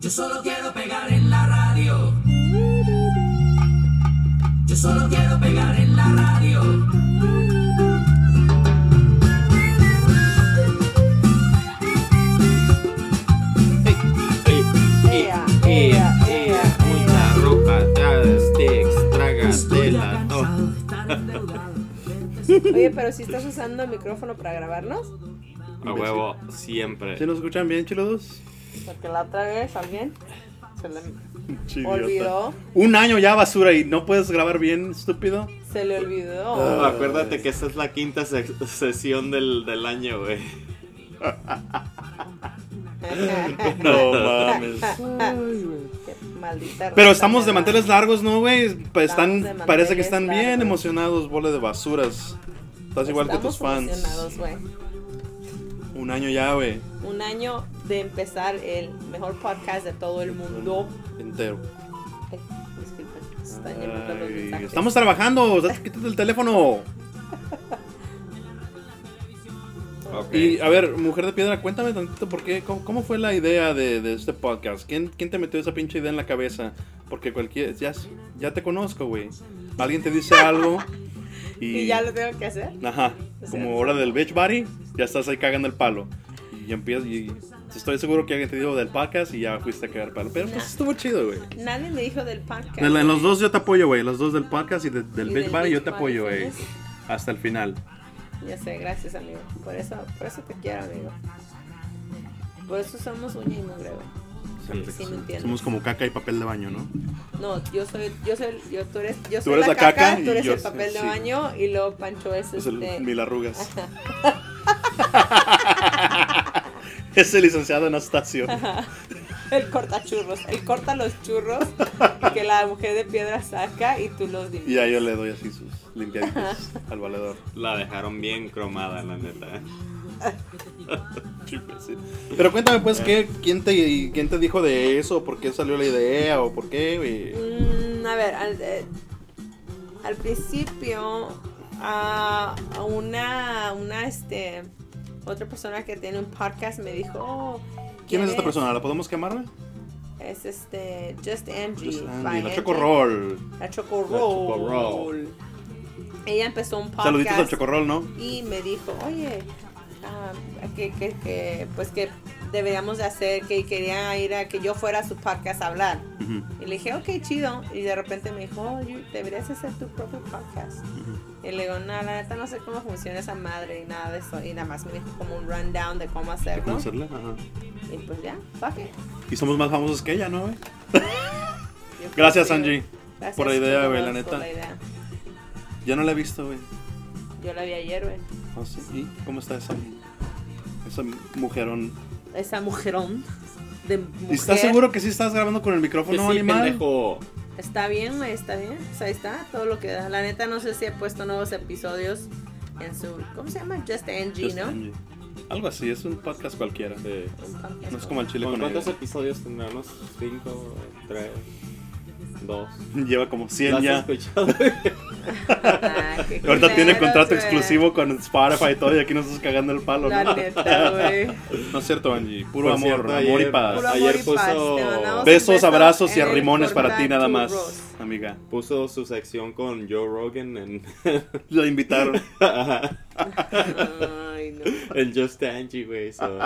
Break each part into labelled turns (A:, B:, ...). A: Yo solo quiero pegar en la radio. Yo solo quiero pegar en la radio.
B: Ea, ea, ea,
C: Una ropa dadas de
A: Estoy
C: extragatela.
A: ya
C: No.
A: cansado de estar endeudado.
B: Oye, pero si estás usando el micrófono para grabarnos,
C: A huevo, siempre.
D: ¿Se nos escuchan bien, chiludos?
B: porque la otra vez alguien se le
D: Chidiota.
B: olvidó,
D: Un año ya basura y no puedes grabar bien, estúpido.
B: se le olvidó.
D: Ah.
C: Acuérdate que esta es la quinta se- sesión del, del año, güey.
D: No mames.
B: Qué Maldita.
D: Pero
B: raza,
D: estamos de
B: ¿verdad?
D: manteles largos, ¿no, güey? Pa-
B: Estamos de
D: Están, parece que
B: manteles
D: están bien
B: largos.
D: emocionados, bola de basuras. Estás igual que tus
B: Estamos emocionados,
D: fans.
B: güey.
D: Un año ya, güey.
B: Un año de empezar el mejor podcast de todo el mundo.
D: Entero.
B: Ay, disculpen, se están llamando los
D: Ay,
B: mensajes.
D: estamos trabajando. date- Quítate el teléfono.
C: Ok.
D: Y a ver, mujer de piedra, cuéntame tantito por qué, cómo, cómo fue la idea de, de este podcast. ¿Quién, quién te metió esa pinche idea en la cabeza? Porque cualquier, ya, ya te conozco, güey. Alguien te dice algo y,
B: Y ya lo tengo que hacer.
D: ajá,
B: O sea,
D: como hora del bitch body, ya estás ahí cagando el palo y empiezas y estoy seguro que alguien te dijo del podcast y ya fuiste a cagar el palo. Pero pues estuvo chido, güey.
B: Nadie me dijo del podcast.
D: En, la- en los dos yo te apoyo, güey. Los dos del podcast y de- del
B: Y
D: bitch
B: del
D: body
B: bitch
D: yo te
B: body,
D: apoyo, güey.
B: ¿sabes?
D: Hasta el final.
B: Ya sé, gracias amigo. Por eso, por eso te quiero, amigo. Por eso somos uña y mugre, güey. Sí, me entiendes.
D: Somos como caca y papel de baño, ¿no?
B: No, yo soy, yo soy, yo tú eres, yo soy
D: eres
B: la
D: la caca
B: caca,
D: y
B: tú eres
D: yo
B: el papel
D: soy-
B: de
D: sí.
B: baño y luego Pancho es,
D: Es
B: este.
D: el mil arrugas. es el licenciado Anastasio.
B: El corta churros, él corta los churros que la mujer de piedra saca y tú los
D: Y
B: divides.
D: ya yo le doy así sus limpiaditas al valedor.
C: La dejaron bien cromada, la neta. ¿eh?
D: Qué imbécil. Pero cuéntame pues ¿qué, quién te quién te dijo de eso, por qué salió la idea o por qué. Eh, güey?
B: Mm, a ver, al, eh, al principio a a una, una, este, otra persona que tiene un podcast me dijo, oh,
D: ¿Quién es esta
B: ¿quieres-
D: persona? ¿La podemos quemarme?
B: Es este, Just Angie.
D: Just Andy,
B: by
D: Ah, la
B: Angie.
D: Chocorrol.
B: La Choco
C: La Choco
B: Roll.
C: Roll.
B: Ella empezó un podcast.
D: Saluditos al Chocorrol, ¿no?
B: y me dijo, oye, ah, que, que, que, pues que deberíamos de hacer, que quería ir a que yo fuera a su podcast a hablar.
D: Ujú.
B: Y le dije, ok, chido. Y de repente me dijo, oh, you- deberías hacer tu propio podcast. Y le digo, no, la neta no sé cómo funciona esa madre y nada de eso. Y nada más me dijo como un rundown de cómo
D: ¿De
B: hacerlo.
D: conocerla? Ajá.
B: Y pues ya, fuck it.
D: Y somos más famosos que ella, ¿no? güey?
B: Yo
D: Gracias,
B: creo que-
D: Angie.
B: Gracias,
D: por la idea, güey, la
B: por
D: neta.
B: la idea.
D: Ya no la he visto, güey.
B: Yo la vi ayer, güey.
D: No sé. ¿Y cómo está esa, esa mujerón?
B: Esa mujerón de mujer.
D: ¿Y ¿Estás seguro que sí estás grabando con el micrófono,
C: Que sí,
D: animal?
C: pendejo.
B: Está bien, güey, está bien. O sea, ahí está todo lo que da. La neta, no sé si he puesto nuevos episodios en su. ¿Cómo se llama? Just Angie,
D: Just
B: ¿no?
D: Angie. Algo así, es un podcast cualquiera.
C: Sí.
D: No es como el chile
C: ¿Con
D: con
C: ¿Cuántos
D: aire.
C: episodios tendrá? ¿Unos cinco, tres, dos?
D: Lleva como
C: ¿Lo
D: 100
C: has
D: ya.
C: escuchado?
B: Ah, qué
D: Ahorita tiene
B: culeros,
D: contrato
B: güey.
D: exclusivo con Spotify y todo, y aquí nos estás cagando el palo,
B: La
D: ¿no?
B: neta, güey.
D: No es cierto, Angie. Puro
C: Por
D: amor,
C: cierto,
D: amor
C: ayer-
D: y paz.
B: Puro
C: Ayer
B: amor eh, y paz.
C: puso-
B: Te mandamos
D: Besos,
B: un beso
D: abrazos y
B: en el
D: arrimones para ti nada más,
B: cortachurros.
D: amiga.
C: Puso su sección con Joe Rogan en,
D: La invitaron.
B: Ay, no.
C: en Just Angie, güey. so,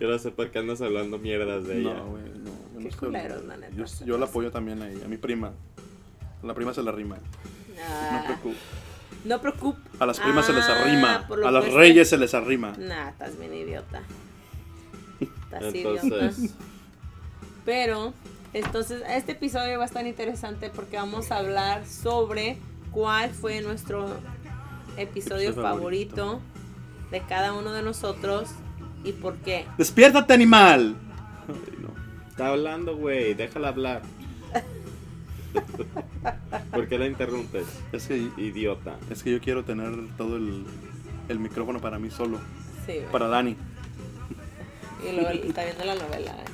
C: Yo no sé por qué andas hablando mierdas de ella.
D: No, güey, no. yo
B: Qué
D: no estoy-
B: culeros, la neta.
D: yo, yo la apoyo también a ella, a mi prima. A la prima se la rima. No
B: Ah,
D: preocup-
B: no preocup.
D: A las primas se les
B: Ah,
D: arrima.
B: por lo
D: A los
B: que-
D: reyes se les arrima.
B: Nah, estás bien idiota. Estás idiota.
C: Entonces,
B: Pero, entonces, este episodio va a estar interesante porque vamos a hablar sobre cuál fue nuestro episodio
D: Episodio favorito.
B: favorito de cada uno de nosotros y por qué.
D: ¡Despiértate, animal! Ay, no.
C: está hablando, güey. Déjala hablar. ¿Por qué la interrumpes?
D: Es que,
C: Idiota.
D: es que yo quiero tener todo el, el micrófono para mí solo.
B: Sí, güey.
D: Para Dani.
B: Y luego él está viendo la novela. ¿eh?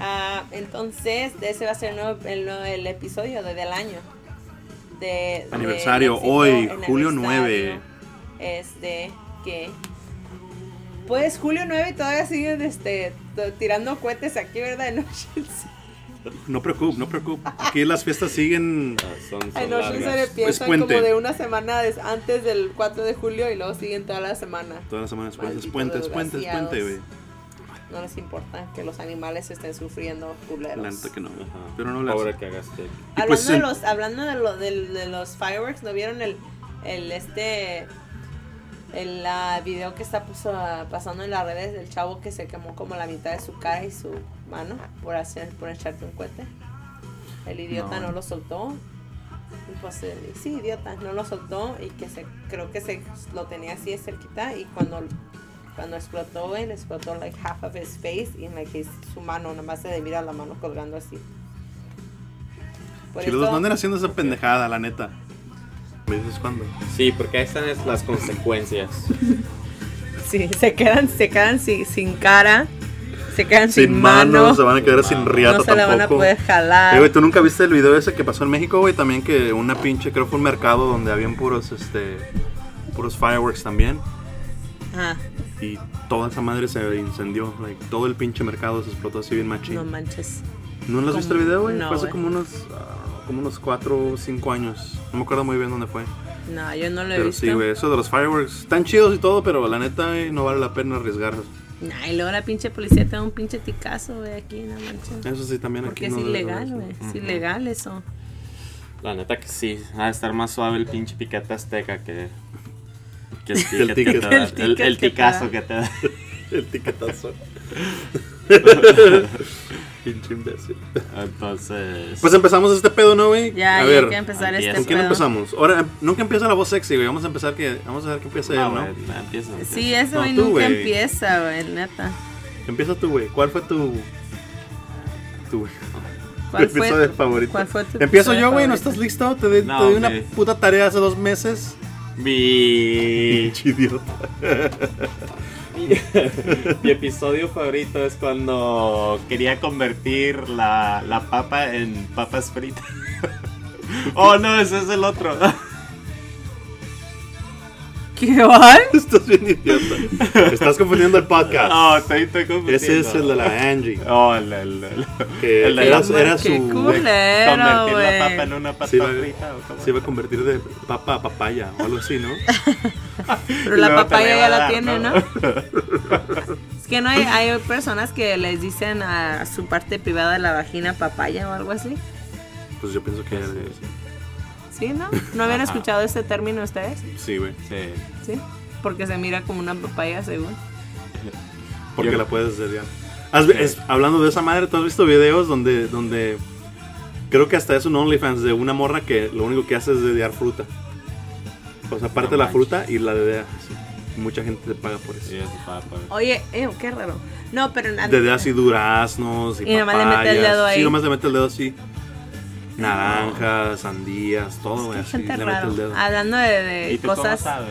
B: Ah, entonces, ese va a ser el, nuevo- el, nuevo- el episodio de- del año. De, de
D: Aniversario,
B: México,
D: hoy, julio
B: aniversario,
D: 9.
B: Este, que. Pues julio 9 y todavía siguen este, t- tirando cohetes aquí, ¿verdad? En Ocean
D: No preocupe, no preocupe. Aquí las fiestas siguen.
C: Ah, son, son
B: En Ocean
C: largas.
B: se le piensan como
D: puente.
B: de una semana des- antes del 4 de julio y luego siguen toda la semana.
D: Todas las semanas puentes,
B: Malditos
D: puentes, puentes,
B: desgraciados.
D: puente, güey.
B: No les importa que los animales estén sufriendo culeros.
D: La neta que no. güey.
C: Ajá.
D: Pero no las.
C: Ahora que hagas tech.
D: Y
B: Hablando,
D: pues
B: de
D: en-
B: los, hablando de, lo, del- de los fireworks, ¿no vieron el, el este el ah, video que está puso, ah, pasando en las redes del chavo que se quemó como la mitad de su cara y su mano por hacer por echarte un cohete? El idiota
D: No.
B: no, lo soltó. Y pues, eh, sí, idiota, no lo soltó y que se creo que se lo tenía así de cerquita y cuando cuando explotó, güey, le explotó like half of his face y like his- su mano, nomás se le mira la mano colgando así. Por
D: Chilos,
B: eso-
D: no anden haciendo esa pendejada, la neta. ¿Me dices cuándo?
C: Sí, porque ahí están es- las consecuencias.
B: Sí, se quedan, se quedan sin, sin cara, se quedan sin, mano,
D: manos, se van a quedar sin
C: No
D: riata
B: no se
D: tampoco.
B: la van a poder
D: Eh, güey,
B: jalar.
D: ¿tú nunca viste el video ese que pasó en México, güey? También que una pinche, creo fue un mercado donde habían puros, este, puros fireworks también.
B: Ajá,
D: Y toda esa madre se incendió, like, todo el pinche mercado se explotó así bien machín.
B: no
D: ¿No,
B: manches.
D: lo has visto el
B: ¿Cómo?
D: video, güey?
B: No,
D: fue hace
B: güey.
D: como unos, ah, como unos 4 o 5 años. No me acuerdo muy bien dónde fue.
B: No, yo no lo he
D: Pero
B: visto.
D: sí, güey, eso de los fireworks, están chidos y todo, pero la neta güey, no vale la pena arriesgar.
B: Nah, y luego la pinche policía te da un pinche ticazo, güey, aquí, no manches.
D: Eso sí, también
B: Porque
D: Eh, aquí
B: es
D: no debes
B: ilegal,
D: hacer
B: güey,
D: eso.
B: es ilegal eso.
C: La neta que sí, ha de estar más suave el pinche piquete azteca que, que el
D: Que el
C: ticket que te
D: ticket.
C: da,
B: El
C: el, el,
B: ticket que te
C: ticazo
B: da.
C: que te da.
D: El tiquetazo. pinche imbécil.
C: Entonces, ah,
D: Pues empezamos este pedo, ¿no, güey?
B: Ya,
D: a
B: ya
D: ver,
B: hay que empezar
C: ¿con
B: este
D: ¿Con quién
B: pedo.
D: empezamos? Ahora, em, nunca empieza la voz sexy, güey. Vamos a empezar que. Vamos a ver que empieza él,
C: ah,
D: ¿no?
C: güey, no, empieza, empieza.
B: Sí, eso
D: No,
B: güey
D: tú,
B: nunca
D: güey.
B: empieza, güey, neta.
D: Empieza tú, güey. ¿Cuál fue tu. tu
B: ¿Cuál fue,
D: episodio
B: tu-
D: favorito?
B: ¿Cuál fue tu
D: Empiezo
B: episodio
D: yo, güey. ¿No
B: favorito?
D: estás listo? Te di,
C: No,
D: te di una
C: güey.
D: puta tarea hace dos meses.
C: Mi,
D: Pinche idiota.
C: mi episodio favorito es cuando quería convertir la, la papa en papas fritas. oh, no, ese es el otro.
B: ¿Qué va?
D: estás bien idiota. estás confundiendo el podcast.
C: No, estoy, estoy confundiendo.
D: Ese es el de la Angie.
C: Oh, el, el- el-
D: Que
C: El de
D: era,
C: la-
D: era su.
B: Qué culero,
C: Convertir la papa en
B: güey.
C: una pata
D: Sí, la-
C: frita. ¿o cómo?
D: Se iba a convertir de papa a papaya o algo así, ¿no?
B: Pero
C: Y
B: la
C: luego te
B: papaya
C: iba
B: ya
C: a
B: la
C: dar,
B: tiene, ¿no? Es que no hay, hay personas que les dicen a su parte privada de la vagina papaya o algo así.
D: Pues yo pienso que.
B: ¿Sí, no? ¿No habían
C: Ajá.
B: escuchado este término ustedes?
D: Sí, güey.
C: Sí.
B: ¿Sí? Porque se mira como una papaya, según.
D: Porque
C: Yo-
D: la puedes desviar. Has vi- es- hablando de esa madre, ¿tú has visto videos donde, donde creo que hasta es un OnlyFans de una morra que lo único que hace es dediar fruta? O sea, parte
C: No
D: la
C: manches.
D: fruta y la dedea. sí. Mucha gente te paga por eso.
C: Sí, es papa.
B: Oye, eh, qué raro. No, pero... na-
D: Dedea así duraznos y,
B: Y nomás le mete el dedo
D: papayas. Sí,
B: ahí.
D: nomás le mete el dedo así. Naranjas, sandías,
B: Es
D: todo
B: que hay
D: así.
B: gente Ah,
D: Le mete
B: raro.
D: el dedo.
B: Hablando de, de
C: ¿Y tú cómo
B: cosas,
C: sabes?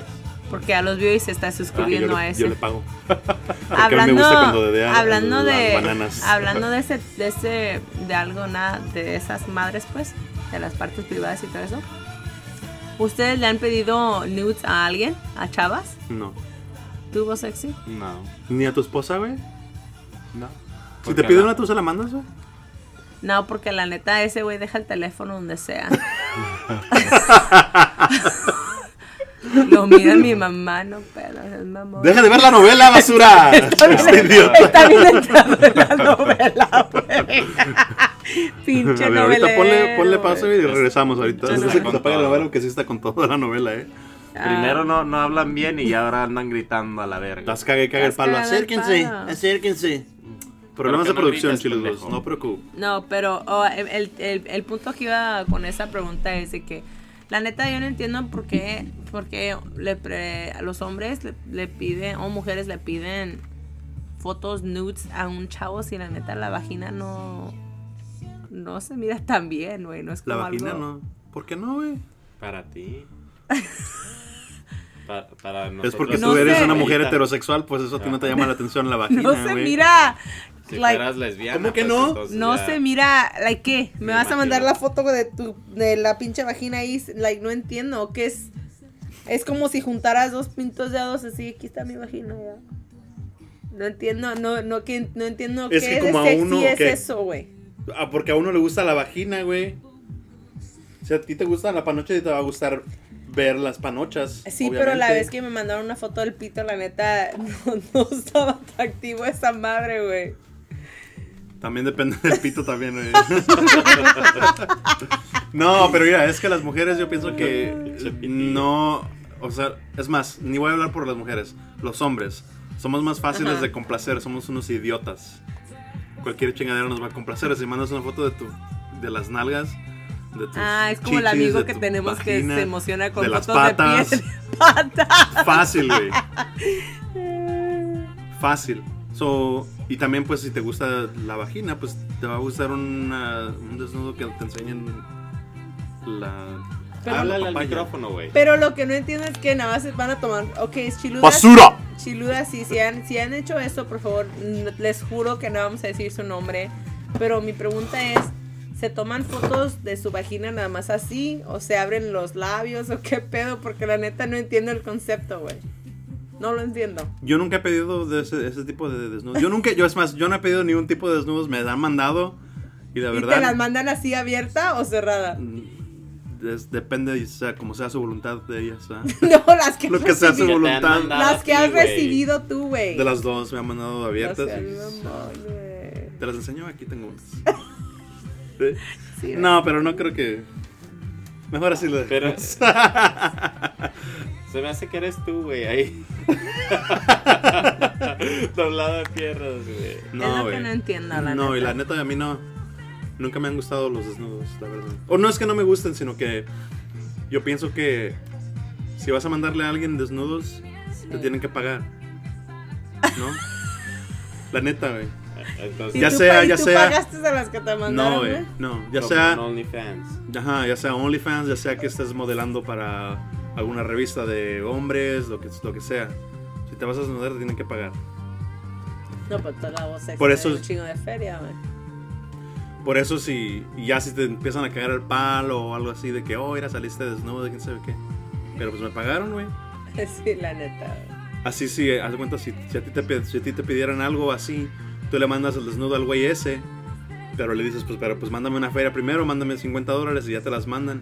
B: porque a los views se está
D: Ah, y yo,
B: suscribiendo
D: le-
B: a
D: yo
B: ese.
D: le pago. Porque a mí me
B: hablando,
D: gusta cuando dedean
B: hablando
D: las
B: de
D: bananas.
B: hablando de ese de ese de algo nada de esas madres pues de las partes privadas y todo eso ustedes le han pedido nudes a alguien a chavas
D: No.
B: tuvo sexy
C: No.
D: Ni a tu esposa, güey.
C: No.
D: Si te piden una, tú se la mandas, güey.
B: no porque la neta ese güey deja el teléfono donde sea lo mira mi mamá no pero es mamón
D: Deja de ver la novela, basura. este idiota.
B: Está bien entrado en la novela, güey. Pinche eh,
D: A ver, ahorita ponle,
B: novelero,
D: ponle
B: güey.
D: pausa güey, y regresamos ahorita.
C: Pinche
D: Antes de que se
C: novela.
D: apague la novela, que sí está con toda la novela, eh.
B: Ah.
C: Primero no, no hablan bien y ahora andan gritando a la verga.
D: Las cague, cague el
B: Las
D: palo.
B: caga el
D: Acérquense,
B: palo.
D: acérquense. Problemas
C: que
D: de
C: no
D: producción,
C: grites,
D: chilos.
C: pendejo.
D: No preocupe.
B: No, pero oh, el, el- el- el punto que iba con esa pregunta es de que la neta yo no entiendo por qué, por qué le pre- a los hombres le, le piden o mujeres le piden fotos nudes a un chavo si la neta la vagina no no se mira tan bien, güey, no es
D: La
B: como
D: vagina
B: algo-
D: no. ¿Por qué no, güey?
C: Para ti. Pa- para, nosotros.
D: Es porque
B: No
D: tú eres
B: sé.
D: una mujer
C: Ahorita,
D: heterosexual, pues eso a ti no te llama la atención la vagina,
B: no se
D: güey.
B: mira
C: Si
B: like,
C: fueras lesbiana.
D: ¿Cómo que
C: pues,
D: no?
C: entonces
B: No
C: ya-
B: se mira, like qué, me
C: Me
B: vas a mandar
C: imagino.
B: la foto de tu de la pinche vagina ahí, like no entiendo, que es es como si juntaras dos pintos dedos así, aquí está mi vagina ya. No entiendo, no, no, que, no entiendo
D: Es
B: qué
D: que
B: de
D: como a
B: sexy
D: uno,
B: es
D: ¿qué?
B: eso, güey.
D: Ah, porque a uno le gusta la vagina, güey. Si a ti te gusta la panocha, te va a gustar ver las panochas.
B: Sí, pero la
D: obviamente.
B: vez que me mandaron una foto del pito, la neta, no, no estaba atractivo esa madre, güey.
D: También depende del pito también, güey. no, pero mira, es que las mujeres yo pienso que no... O sea, es más, ni voy a hablar por las mujeres. Los hombres. Somos más fáciles
B: Ajá.
D: de complacer, somos unos idiotas. Cualquier chingadera nos va a complacer. Si mandas una foto de tu... De las nalgas, de tus
B: Ah, es como el
D: chichis,
B: amigo
D: de
B: que
D: tu
B: tenemos
D: vagina,
B: que se emociona con
D: de las
B: fotos
D: patas.
B: de pies de patas.
D: Fácil, güey. Fácil. So, y también, pues, si te gusta la vagina, pues te va a gustar una- un desnudo que te enseñen la.
B: Pero-
C: Háblale al
D: papaya.
C: micrófono, güey.
B: Pero lo que no entiendo es que nada más se van a tomar. Ok, es chiluda.
D: ¡Basura!
B: Chiluda, sí, si han, si han hecho esto, por favor, n- les juro que no vamos a decir su nombre. Pero mi pregunta es: ¿se toman fotos de su vagina nada más así? ¿O se abren los labios? ¿O qué pedo? Porque la neta no entiendo el concepto, güey. No lo entiendo.
D: Yo nunca he pedido de ese, ese tipo de desnudos. Yo nunca, yo es más, yo no he pedido ningún tipo de desnudos, me han mandado. Y la
B: ¿Y te las
D: verdad.
B: mandan así abierta o cerrada?
D: mm, es- depende, o sea, como sea su voluntad de ellas, ¿ah?
B: No, las que,
D: Lo que sea
B: recibí-
D: su
C: te han
D: voluntad.
C: mandado.
B: las que has
C: Sí, güey.
B: recibido tú, güey.
D: De las dos me han mandado
B: No
D: abiertas.
B: seas
D: y-
B: mamón, güey.
D: Te las enseño, aquí tengo unas.
B: Sí, güey.
D: No, pero no creo que. Mejor así lo
C: Pero-
D: dejamos.
C: Se me hace que eres tú, güey, ahí. Doblado de piernas, güey.
B: es lo que
D: güey.
B: no entiendo, la
D: No, y
B: neta.
D: la neta, a mí no. Nunca me han gustado los desnudos, la verdad. O no es que no me gusten, sino que yo pienso que si vas a mandarle a alguien desnudos, te tienen que pagar. ¿No? la neta, güey.
B: Y
C: Entonces,
D: Ya
B: tú
D: sea,
B: pa- y
D: ya
B: tú
D: sea.
B: pagaste a las que te mandaron, ¿eh?
D: No,
B: güey?
D: güey. No, ya
C: como
D: sea.
C: en OnlyFans.
D: Ajá, ya sea OnlyFans, ya sea que estés modelando para alguna revista de hombres, lo que, lo que sea. Si te vas a desnudar, te tienen que pagar.
B: No, pues toda la voz sexy
D: Por eso-
B: de un chingo de feria, güey.
D: Por eso si y ya si te empiezan a cagar el palo o algo así de que, oh, era saliste desnudo, de quién sabe qué. Pero pues me pagaron, güey.
B: Sí, la neta. güey.
D: Así sí, eh, haz de cuenta, si, si a ti te, pid- si a ti te pidieran algo así, tú le mandas el desnudo al güey ese, pero le dices, pues, pero pues mándame una feria primero, mándame 50 dólares y ya te las mandan.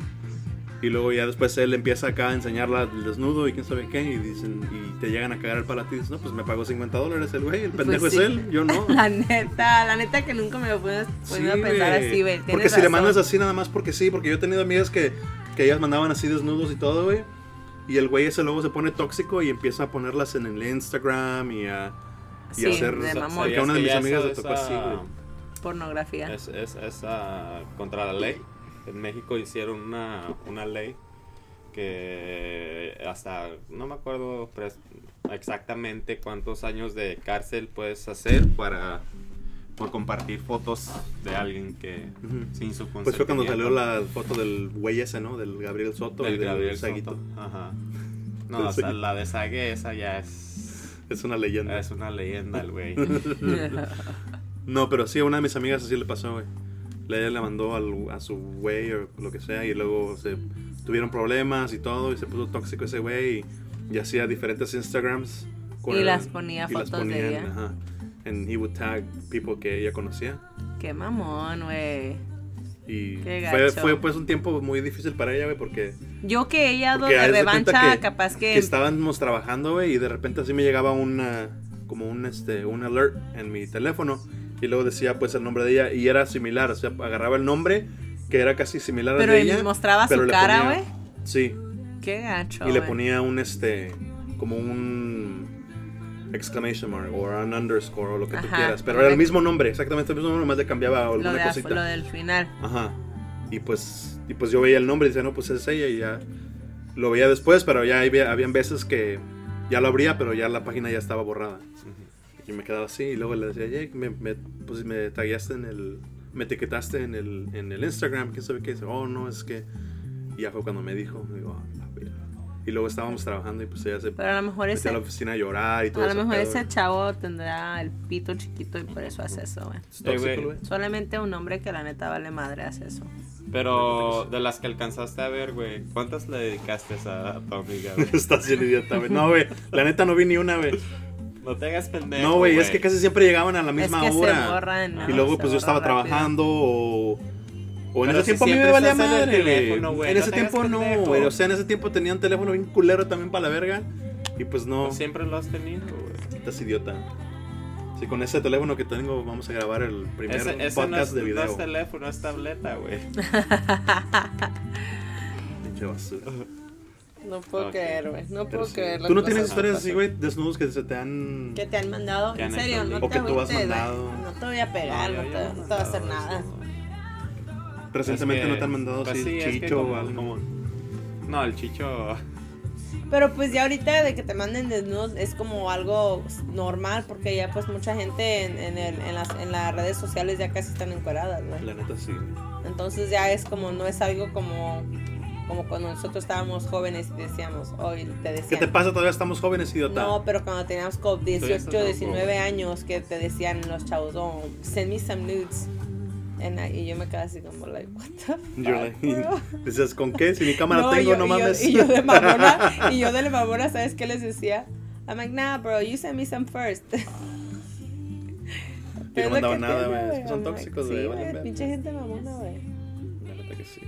D: Y luego ya después él empieza acá a enseñarla el desnudo y quién sabe qué, y dicen, y te llegan a cagar el palo a ti, y dices, no, pues me pagó 50 dólares el güey, el pendejo
B: Pues,
D: es
B: sí.
D: él, yo no.
B: La neta, la neta que nunca me lo pude
D: Sí,
B: podido Pues pensar
D: güey.
B: así, güey.
D: Porque
B: Tienes
D: si le
B: razón.
D: mandas así nada más porque sí, porque yo he tenido amigas que, que ellas mandaban así desnudos y todo, güey. Y el güey ese luego se pone tóxico y empieza a ponerlas en el Instagram y a... y
B: Sí,
D: hacer-
B: de
D: o sea,
B: mamón,
D: porque a una de
C: ¿Sabías
D: mis
C: que
D: amigas
C: ya
D: le
C: eso
D: tocó
C: es,
D: así,
C: ah,
B: pornografía.
C: Es, es, es, ah, contra la ley. En México hicieron una, una ley que hasta, no me acuerdo pres- exactamente cuántos años de cárcel puedes hacer para por compartir fotos de alguien que
D: Ujú.
C: sin su consentimiento.
D: Pues fue cuando salió la foto del güey ese, ¿no? Del Gabriel Soto y
C: del
D: del
C: Gabriel
D: Saguito.
C: Soto. Ajá.
D: Del
C: No, o sea,
D: Saguito.
C: la de Sague esa ya es,
D: Es una leyenda.
C: es una leyenda, el güey.
D: No, pero sí, a una de mis amigas así le pasó, güey. Le, ella le mandó al- a su güey o lo que sea y luego se tuvieron problemas y todo y se puso tóxico ese güey y, y hacía diferentes Instagrams.
B: Y las ponía fotos de
D: ponían,
B: ella.
D: Ajá. And he would tag people que ella conocía.
B: Qué mamón, güey.
D: Y
B: Qué
D: fue,
B: gacho.
D: fue pues un tiempo muy difícil para ella, güey, porque,
B: Yo que he dado
D: porque
B: de
D: haz de cuenta
B: revancha, capaz que.
D: que estábamos trabajando, güey, y de repente así me llegaba una como un este un alert en mi teléfono y luego decía pues el nombre de ella y era similar, o sea, agarraba el nombre que era casi similar
B: pero
D: al de
B: y
D: ella.
B: mostraba
D: pero
B: su
D: le
B: cara,
D: ponía-
B: güey.
D: Sí,
B: Qué gacho.
D: y le
B: güey.
D: ponía un este como un exclamation mark o un underscore o lo que tú
B: Ajá,
D: quieras, pero era el
B: correcto.
D: mismo nombre, exactamente el mismo nombre, más le cambiaba
B: lo,
D: alguna
B: de-
D: cosita.
B: lo del final.
D: Ajá. Y pues, y pues yo veía el nombre y decía, no, pues es ella y ya lo veía después, pero ya había, habían veces que ya lo abría, pero ya la página ya estaba borrada. Y me quedaba así y luego le decía, Jake, me, me, pues me tagueaste en el, me etiquetaste en el, en el Instagram, quién sabe qué, Y dice, oh no, es que... Y ya fue cuando me dijo, digo, "Ah, la verga". y luego estábamos trabajando y pues ella se
B: Pero a lo mejor
D: metía
B: ese.
D: a la oficina a llorar y todo
B: A lo
D: ese
B: mejor
D: pedo.
B: ese chavo tendrá el pito chiquito y por eso hace eso, güey.
D: Es tóxico,
C: Eh, güey.
D: güey.
B: Solamente un hombre que la neta vale madre hace eso.
C: Pero de las que alcanzaste a ver, güey, ¿cuántas le dedicaste a tu amiga? güey?
D: Estás bien idiota, güey. No, güey. La neta no vi ni una, güey.
C: No te hagas pendejo.
D: No, güey, es que casi siempre llegaban a la misma
B: que se
D: hora.
B: borran, ¿no?
D: y luego,
B: Se
D: pues yo estaba
B: borra rápido.
D: trabajando o. O en
C: Pero
D: ese
C: si
D: tiempo a mí me
C: siempre
D: valía
C: estás en el
D: madre,
C: teléfono,
D: güey.
C: güey,
D: En
C: no
D: ese
C: te hagas
D: tiempo no,
C: pendejo.
D: güey. O sea, en ese tiempo tenía un teléfono bien culero también para la verga. Y pues no,
C: Pues siempre lo has tenido, güey.
D: estás idiota. Si con ese teléfono que tengo vamos a grabar el primer
C: Ese, ese no, es,
D: podcast de
C: no
D: video.
C: es teléfono, es tableta, güey.
D: Pinche basura.
B: No puedo
C: Ok.
B: creer, güey. No puedo
C: Pero sí.
B: creer. las
D: ¿Tú no
B: cosas
D: tienes
C: pasan,
D: historias
C: pasan.
D: así, güey, desnudos que se te han.
B: que te han mandado?
C: Que
B: En
C: han
B: serio,
C: hecho
B: no
C: link.
B: te
D: O que tú has
B: agüites, güey.
D: mandado.
B: No te voy a pegar, no,
C: No, yo- yo
B: te,
C: no
B: no te voy a hacer
C: mandaba
B: nada.
C: eso.
D: Recientemente
C: Es que-
D: no te han mandado
C: pues
D: así,
C: sí, es que
D: chicho
C: como-
D: o algo.
C: como- No, el chicho.
B: Pero pues ya ahorita de que te manden desnudos es como algo normal porque ya pues mucha gente en, en, el- en las, en las redes sociales ya casi están encueradas, güey.
D: La neta sí.
B: Entonces ya es como, no es algo como, como cuando nosotros estábamos jóvenes y decíamos, hoy te decían.
D: ¿Qué te pasa? Todavía estamos jóvenes, idiota.
B: No, pero cuando teníamos como
C: estás
B: 18,
C: loco,
B: 19
C: güey.
B: años que te decían los chavos, oh, send me some nudes. And I- y yo me quedaba así como, like, what the fuck,
D: Yo like,
B: bro?
D: dices, ¿con qué? Si mi cámara tengo,
B: yo-
D: no
B: y yo-
D: mames.
B: Y yo, de mamona, y yo de la mamona, ¿sabes qué les decía? I'm like, nah, bro, you send me some first.
D: Yo
B: Es
D: Ah. no
B: lo
D: mandaba
B: que
D: nada,
B: tengo,
D: güey. Es que son
B: I'm like,
D: tóxicos,
B: sí,
D: güey. valen verga.
B: Pinche gente mamona, güey.
D: La neta que sí.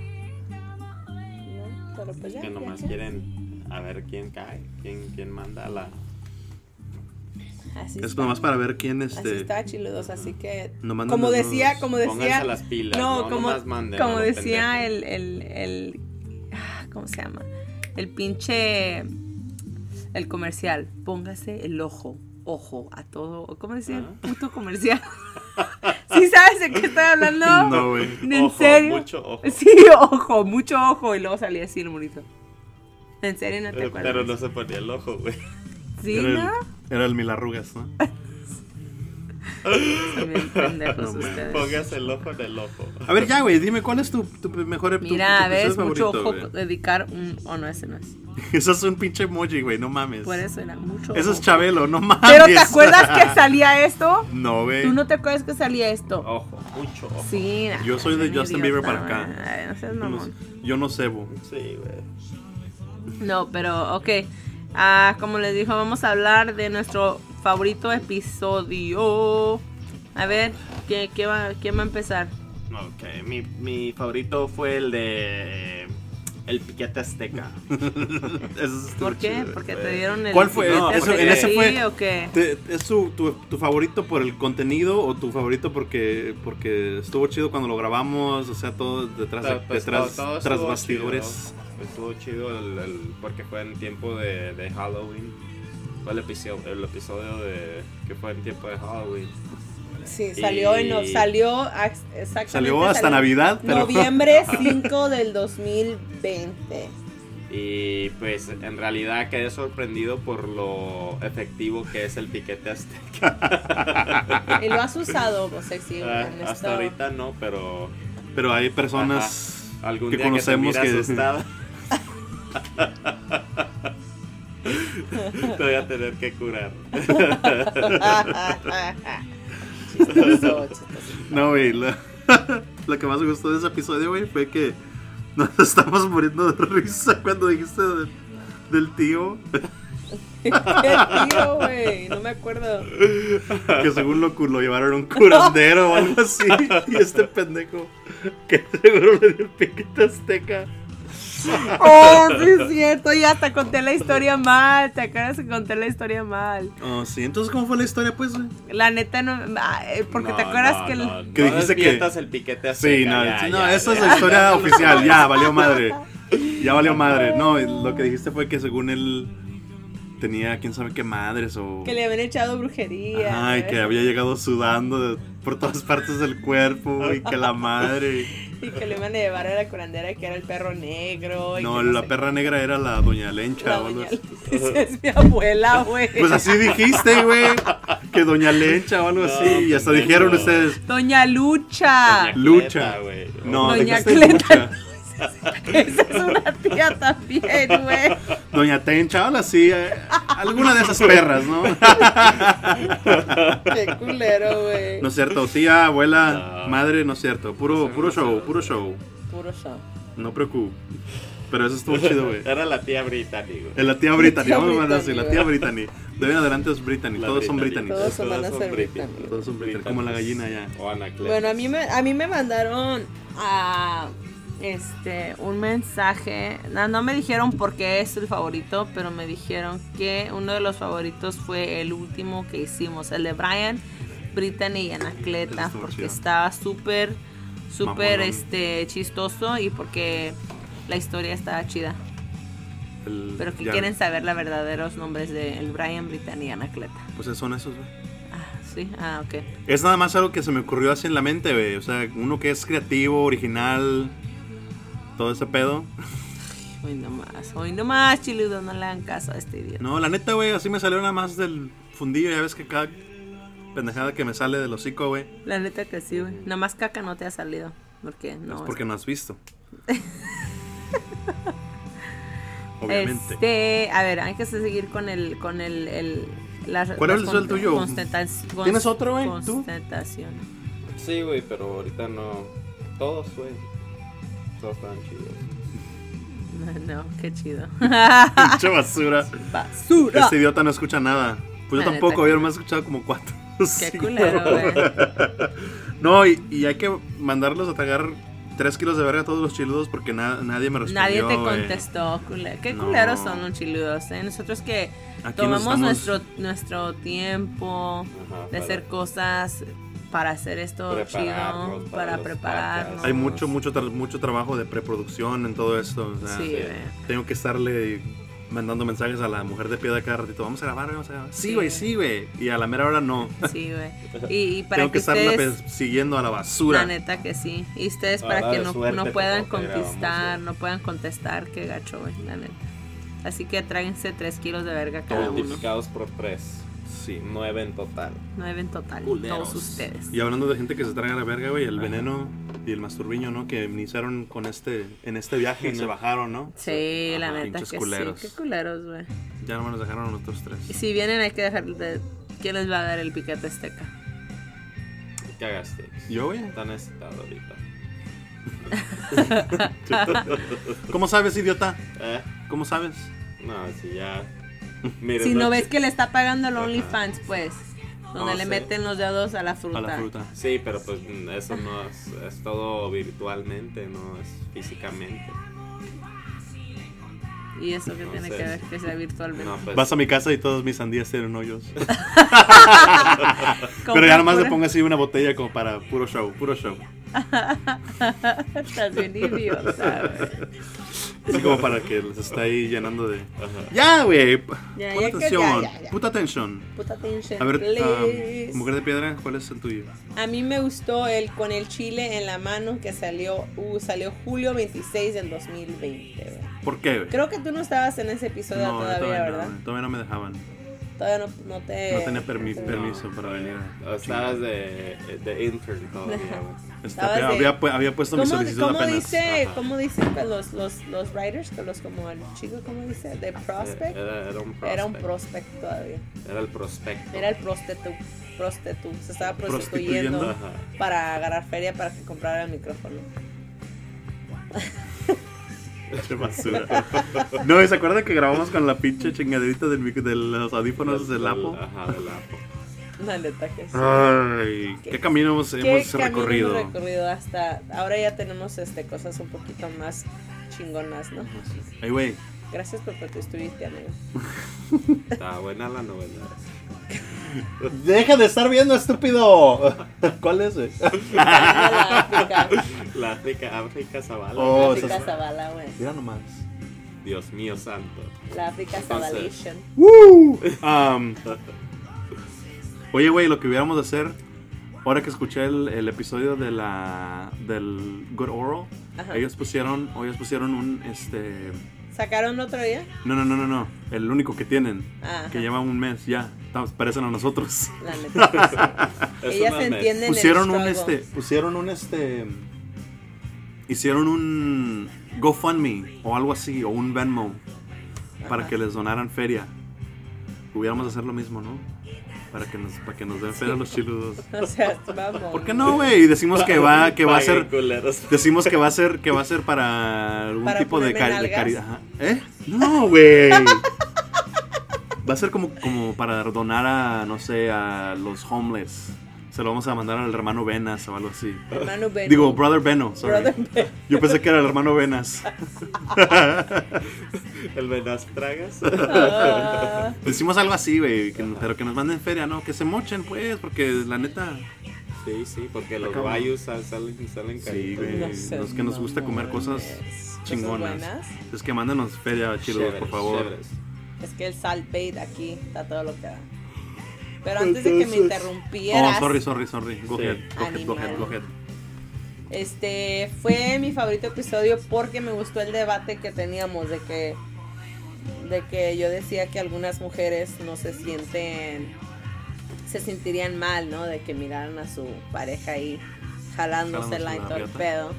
B: No, pero pues ya,
C: Que
B: ya,
C: nomás
B: ya.
C: quieren a ver quién cae, quién, quién manda la.
B: Así
D: Es
B: está.
D: nomás para ver quién
B: Así
D: este.
B: está, chiludos, así que...
D: No mandan
B: como
D: los-
B: decía, como decía...
C: Pónganse las pilas. No,
B: no, como,
C: Nomás manden,
B: como
C: no los
B: decía
C: pendejos.
B: el, el, el... ah, ¿Cómo se llama? El pinche... El comercial. Póngase el ojo, ojo a todo. ¿Cómo decía el
C: Ah.
B: puto comercial? ¿Sí sabes de qué estoy hablando?
D: No, güey.
B: ¿En
C: Ojo,
B: serio?
C: mucho ojo.
B: Sí, ojo, mucho ojo. Y luego salía así el monito. ¿En serio no te
C: Eh,
B: acuerdas?
C: Pero no se ponía el ojo, güey.
B: ¿Sí,
D: era, el,
B: no?
D: era el milarrugas, ¿no?
B: Son bien pendejos
D: No, man.
B: ustedes.
C: Póngase el ojo en el ojo.
D: A ver, ya, güey, dime, ¿cuál es tu, tu mejor tu- tu
B: Mira, a ver, es
D: episodio
B: mucho
D: favorito,
B: ojo
D: güey?
B: dedicar un... Oh, no, ese no es.
D: Eso es un pinche emoji, güey, no mames.
B: Por eso era mucho
D: Eso es
B: ojo.
D: Chabelo, no mames.
B: Pero ¿te acuerdas que salía esto?
D: No, güey.
B: ¿Tú no te acuerdas que salía esto?
C: Ojo, mucho ojo.
B: Sí. nah,
D: Oh. Yo soy de
B: no,
D: Justin
B: idiota,
D: Bieber para acá.
B: man. Ay, no seas
D: Yo no-
B: mamón.
D: Yo no cebo.
C: Sí, güey.
B: No, pero ok. Ah, como les dijo, vamos a hablar de nuestro favorito episodio. A ver, ¿qué, qué va, ¿quién va a empezar?
C: Ok, mi, mi favorito fue el de. eh, El piquete azteca.
D: Eso es
B: ¿Por qué? ¿Porque te dieron el...
D: ¿Cuál fue?
C: No,
B: billete
C: eso-
B: por
C: en
B: el
C: ese
B: sí
D: fue-
B: o qué?
D: Te- ¿Es tu, tu, tu favorito por el contenido o tu favorito porque, porque estuvo chido cuando lo grabamos? O sea, todo detrás, de-
C: Todo- pues,
D: detrás,
C: todo- todo
D: tras
C: estuvo
D: bastidores.
C: chido. Estuvo chido el, el- porque fue en tiempo de, de Halloween. Fue el episodio, el episodio de, que fue en tiempo de Halloween.
B: Sí,
C: Y-
B: salió y no, salió ax- exactamente.
D: Salió hasta Navidad, pero
B: Noviembre 5 del 2020.
C: Y pues en realidad quedé sorprendido por lo efectivo que es el piquete azteca.
B: ¿Y lo has usado, pues, sexy?
C: Ah,
B: en esto?
C: Hasta ahorita no, pero
D: pero hay personas
C: algún
D: que
C: día
D: conocemos
C: que te mire
D: que...
C: asustada. Te voy a tener que curar.
B: Chistoso, chistoso.
D: No, güey, lo, lo que más me gustó de ese episodio, güey, fue que nos estamos muriendo de risa cuando dijiste del, del tío,
B: Qué tío, güey. No me acuerdo.
D: que según lo, cu- lo llevaron a un curandero o algo así, y este pendejo, que seguro le dio piquete azteca.
B: Oh, sí es cierto. Ya te conté la historia mal. Te acuerdas que conté la historia mal.
D: Oh, sí, entonces, ¿cómo fue la historia, pues, güey?
B: La neta no. ah, eh, Porque te
C: No,
B: acuerdas
C: no,
B: que. el-
C: no, no
D: Que dijiste que-
C: desmientas el piquete azteca.
D: Sí, no,
C: ya,
D: sí, no,
C: ya,
D: esa
C: ya.
D: es la historia oficial, ya, valió madre. Ya valió madre. No, y lo que dijiste fue que según él tenía quién sabe qué madres o...
B: Que le ¿eh? habían echado brujería.
D: Ay,
B: ¿sabes?
D: que había llegado sudando de- por todas partes del cuerpo y que la madre...
B: Y que le iban a llevar a la curandera que era el perro negro. y
D: No,
B: que
D: la
B: sé
D: perra negra era la doña Lencha.
B: La
D: o algo
B: doña
D: así.
B: Alicia es mi abuela, güey.
D: Pues así dijiste, güey. Que doña Lencha o algo
C: No,
D: así. Y hasta
C: pendejo.
D: dijeron ustedes,
B: Doña Lucha.
C: Doña
D: lucha.
C: Cleta, güey.
D: No,
B: Ah. Doña
D: dijiste
B: Cleta.
D: lucha.
B: Esa es una tía también, güey.
D: Doña Tencha, algo así. eh, alguna de esas perras, ¿no?
B: Qué culero, güey.
D: No es cierto, tía, abuela,
C: No.
D: madre, no es cierto. Puro, puro show, puro show.
B: Puro show.
D: No preocupo. Pero eso estuvo chido, güey.
C: Era la tía Brittany, güey.
D: Es la tía Brittany,
B: Tía
D: vamos a mandar así,
B: Brittany,
D: la tía Brittany. De hoy en adelante es Brittany.
C: Las
D: Todos son Brittany.
C: británicas.
B: Todos son- van a ser
C: británicas.
B: británicas.
D: Todos son británicas, como la gallina ya.
C: O anacletas.
B: Bueno, a mí me, a mí me mandaron a, este, un mensaje. No, no me dijeron por qué es el favorito, pero me dijeron que uno de los favoritos fue el último que hicimos, el de Brian, Brittany y
D: Ese
B: Anacleta,
D: estuvo
B: porque
D: chido.
B: estaba súper, súper
D: Mamalón.
B: este, chistoso y porque la historia estaba chida.
D: El-
B: Pero que
D: ya,
B: quieren saber los verdaderos nombres de el Brian, Brittany y Anacleta.
D: Pues esos son esos, güey.
B: Ah, sí, ah, ok.
D: Es nada más algo que se me ocurrió así en la mente, güey. O sea, uno que es creativo, original, todo ese pedo.
B: Hoy nomás, hoy nomás, chiludo, no le hagan caso a este idiota.
D: No, la neta, güey, así me salió nada más del fundillo. Ya ves que cada pendejada que me sale del hocico, güey,
B: La neta que sí, güey. Nomás caca no te ha salido. Porque no.
D: es porque no has visto. Obviamente.
B: Este, a ver, hay que seguir con el. Con el, el la-
D: ¿Cuál
B: las
D: es el
B: const-
D: tuyo?
B: constatac- cons-
D: ¿Tienes otro, güey? ¿Tú?
B: Constatación.
C: Sí, güey, pero ahorita no. Todos, güey. Todos estaban chidos.
B: No, qué chido.
D: Pinche basura.
B: Basura.
D: Este idiota no escucha nada. Pues
B: La
D: yo tampoco,
B: neta
D: güey,
B: que
D: yo me he escuchado como cuatro. Sí,
B: Qué culero, güey.
D: No, y, y hay que mandarlos a tragar tres kilos de verga a todos los chiludos porque na- nadie me respondió.
B: Nadie te
D: güey.
B: contestó, culero. Qué
D: No.
B: culeros son los chiludos, ¿eh? Nosotros que
D: Aquí
B: tomamos
D: nos estamos-
B: nuestro, nuestro tiempo
C: Ajá,
B: de
C: para-
B: hacer cosas para hacer esto
C: Prepararnos
B: chido,
C: para
B: para
C: los
B: prepararnos.
C: podcasts.
D: Hay mucho, Ah, mucho, tra- mucho trabajo de preproducción en todo esto. o sea,
B: Sí,
C: sí.
B: güey.
D: Tengo que estarle mandando mensajes a la mujer de piedra cada ratito. Vamos a grabar, vamos a grabar. Sí, güey, sí, güey. Y a la mera hora no.
B: Sí, güey. Y, y para
D: Tengo que,
B: que,
D: estarla
B: ustedes,
D: persiguiendo a la basura.
B: la neta que sí. Y ustedes
C: Ahora
B: para que
C: de
B: no,
C: suerte,
B: no
C: por
B: puedan
C: favor, que grabamos,
B: contestar,
C: güey.
B: no puedan contestar, qué gacho, güey, la neta. Así que tráiganse tres kilos de verga cada uno.
C: Multiplicados por tres.
D: Sí.
C: Nueve en total.
B: Nueve en total,
D: Culeros.
B: todos ustedes.
D: Y hablando de gente que se traga la verga, güey, el
C: Ajá.
D: veneno y el masturbiño, ¿no? Que iniciaron con este, en este viaje y se bajaron, ¿no?
B: Sí, la
D: Ajá,
B: neta
D: pinches
B: que
D: culeros.
B: sí. Qué culeros, güey.
D: Ya no nos dejaron a nosotros tres.
B: Y si vienen hay que dejar de... ¿Quién les va a dar el piquete azteca?
C: Cagaste.
D: Yo, güey.
C: Tan excitado ahorita.
D: ¿Cómo sabes, idiota?
C: Eh,
D: ¿Cómo sabes?
C: no, si ya. Mira,
B: si no
C: chi-
B: ves que le está pagando el
C: Ajá.
B: OnlyFans, pues. Donde
C: No
B: le
C: sé.
B: meten los dedos a la fruta.
D: A la fruta.
C: Sí, pero pues mm, eso no es, es todo virtualmente, no es físicamente.
B: Y eso que
C: No
B: tiene
C: sé.
B: que ver que sea virtualmente.
C: No, pues,
D: Vas a mi casa y todas mis sandías tienen hoyos. Pero
B: Compra
D: ya nomás
B: pura-
D: le pongo así una botella como para puro show, puro show.
B: Estás bien idiota, güey.
D: Así como para que les está ahí llenando de...
C: Ajá.
D: Ya, güey. p-
B: Ya,
D: Pon
B: ya que-
D: atención.
B: ya, ya, ya.
D: Puta atención.
B: Puta atención,
D: A ver,
B: please.
D: ah, mujer de piedra, ¿cuál es el tuyo?
B: A mí me gustó el con el chile en la mano que salió, uh, salió julio 26 del 2020, güey.
D: ¿Por qué, güey?
B: Creo que tú no estabas en ese episodio
D: No,
B: todavía,
D: todavía no,
B: ¿verdad? Eh,
D: güey, todavía no me dejaban.
B: Todavía no, no te...
D: No tenía permi-
B: no te-
D: permiso para venir.
C: O Estabas de, de intern todavía, güey. Eh,
B: Estabas
D: Esta-
B: de-
D: Este, había, pu- había puesto mi
B: ¿Cómo,
D: solicitud
B: cómo
D: apenas.
B: dice,
C: Ajá.
B: cómo dicen pues, los, los, los writers, que los como el chico, cómo dice,
D: Eh,
B: de prospect?
C: Era, era un prospect.
B: Era un prospect todavía.
C: Era el prospecto.
B: Era el prostituto, prostituto. Se estaba
D: Prostituyendo.
B: prostituyendo
C: Ajá.
B: para agarrar feria para que comprara el micrófono.
D: Qué basura. No, ¿y se acuerda que grabamos con la pinche chingaderita del mic- de los audífonos del Apo?
C: Ajá, del Apo.
B: La neta que sí.
D: Ay, qué camino hemos,
B: ¿Qué
D: Ah, hemos
B: camino
D: recorrido.
B: hemos recorrido hasta ahora ya tenemos este cosas un poquito más chingonas, ¿no?
D: Ay, güey,
B: Gracias por estuviste, amigo.
C: Está buena la novela.
D: Deja de estar viendo, estúpido. ¿Cuál es? güey?
B: La África,
C: La África, África Zavala.
D: Oh,
B: la
D: esa
B: África
D: es-
B: Zavala, güey.
D: Mira nomás.
C: Dios mío santo.
B: La África
C: Entonces-
B: Zavalation.
D: ¡Woo! Um, oye, güey, lo que hubiéramos de hacer, ahora que escuché el, el episodio de la del Good Oral,
B: Ajá.
D: ellos pusieron, ellos pusieron un este
B: ¿Sacaron otro día?
D: no, no, no, no, no, el único que tienen,
B: Ah,
D: que
B: ajá.
D: lleva un mes ya, estamos- parecen a nosotros.
B: La neta. pues,
C: Es
B: Ellas
C: una
B: se
C: mezcla.
B: entienden. en el
D: pusieron un
B: struggle.
D: este, pusieron un este, hicieron un GoFundMe o algo así o un Venmo para
B: Ajá.
D: que les donaran feria. Hubiéramos de hacer lo mismo, ¿no? Para que nos, para que nos den feria a los chiludos.
B: O sea, vamos.
D: ¿Por qué no, güey? Y Decimos que va, que va a ser,
C: Paguen, culeros.
D: decimos que va a ser, que va a ser para algún
B: Para
D: tipo de,
B: ponerme
D: cari- de
B: nalgas.
D: caridad. Ajá. ¿Eh? No, güey. Va a ser como, como para donar a, no sé, a los homeless. Se lo vamos a mandar al hermano Venas o algo así.
B: Hermano Ben.
D: Digo, brother Beno, sorry.
B: Brother Ben.
D: Yo pensé que era el hermano Venas.
C: El venas tragas.
B: Ah,
D: Decimos algo así, güey, que- pero que nos manden feria, ¿no? Que se mochen, pues, porque la neta,
C: Sí, sí, porque los
D: Acabo.
C: bayus sal- salen, salen
D: sí,
C: caritos.
D: güey,
B: no sé,
D: Eh, los que nos gusta
B: no
D: comer cosas
B: mames.
D: chingonas.
B: Cosas buenas.
D: Es que mándenos feria, chilos,
C: Chéveres,
D: por favor.
C: chéveres.
B: Es que el salt bait aquí está todo lo que da. Pero antes de que me interrumpieras,
D: Oh, sorry, sorry, sorry. Go
C: Sí.
D: ahead, go ahead, go ahead, go ahead.
B: este fue mi favorito episodio porque me gustó el debate que teníamos de que de que yo decía que algunas mujeres no se sienten se sentirían mal, ¿no? De que miraran a su pareja ahí jalándosela y
D: Jalándose la
B: todo el
D: riata.
B: pedo.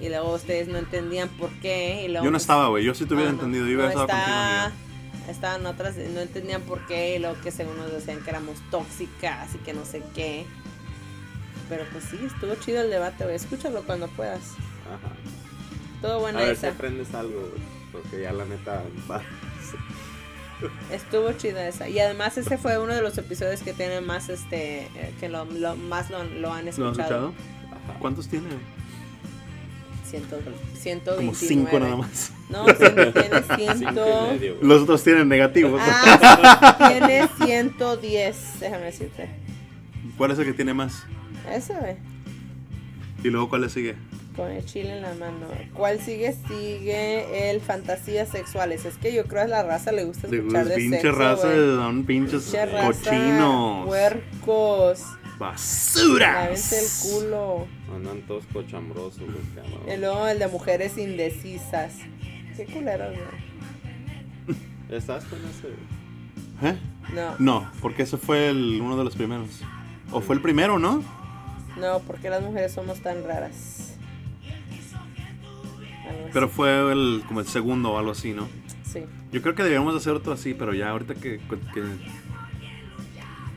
B: Y luego ustedes no entendían por qué. Y luego
D: Yo no
B: pues,
D: estaba, güey. Yo sí te hubiera
B: Ah, no.
D: entendido. Yo hubiera
B: No,
D: estado contigo,
B: está-
D: amiga.
B: Estaban otras, no entendían por qué, y luego que según nos decían que éramos tóxicas y que no sé qué. Pero pues sí, estuvo chido el debate, güey. Escúchalo cuando puedas.
C: Ajá.
B: Estuvo
C: A
B: buena
C: ver si
B: esa.
C: aprendes algo, güey, porque ya la neta va.
B: Estuvo chida esa. Y además ese fue uno de los episodios que tiene más, este, eh, que lo, lo- más lo, lo han
D: ¿Lo has
B: escuchado.
D: escuchado? ¿Cuántos tiene?
B: Ciento- 129.
D: Como cinco nada más.
B: No, cien- tiene
C: Cinco
B: 100.
C: y medio, güey.
D: Los otros tienen negativos.
B: Ah, sí, tiene 110. Déjame decirte.
D: ¿Cuál es el que tiene más?
B: Eso, güey.
D: Y luego, ¿cuál le sigue?
B: Con el chile en la mano. ¿Cuál sigue? Sigue el fantasías sexuales. Es que yo creo que a la raza le gusta
D: De
B: Pues escuchar de
D: pinche
B: sexo,
D: raza,
B: güey.
D: son pinches
B: Pinche raza,
D: cochinos.
B: Puercos. Lávense el
D: Basuras.
B: culo.
C: Andan todos cochambrosos, güey, cabrón.
B: Y luego el de mujeres indecisas. Qué culero, güey.
C: ¿Estás con ese? güey?
D: ¿Eh?
B: No,
D: No, porque ese fue el, uno de los primeros. O fue el primero, ¿no?
B: no, porque las mujeres somos tan raras. Algo así.
D: Pero fue el, como el segundo o algo así, ¿no?
B: Sí.
D: Yo creo que deberíamos hacer otro así, pero ya ahorita que, que,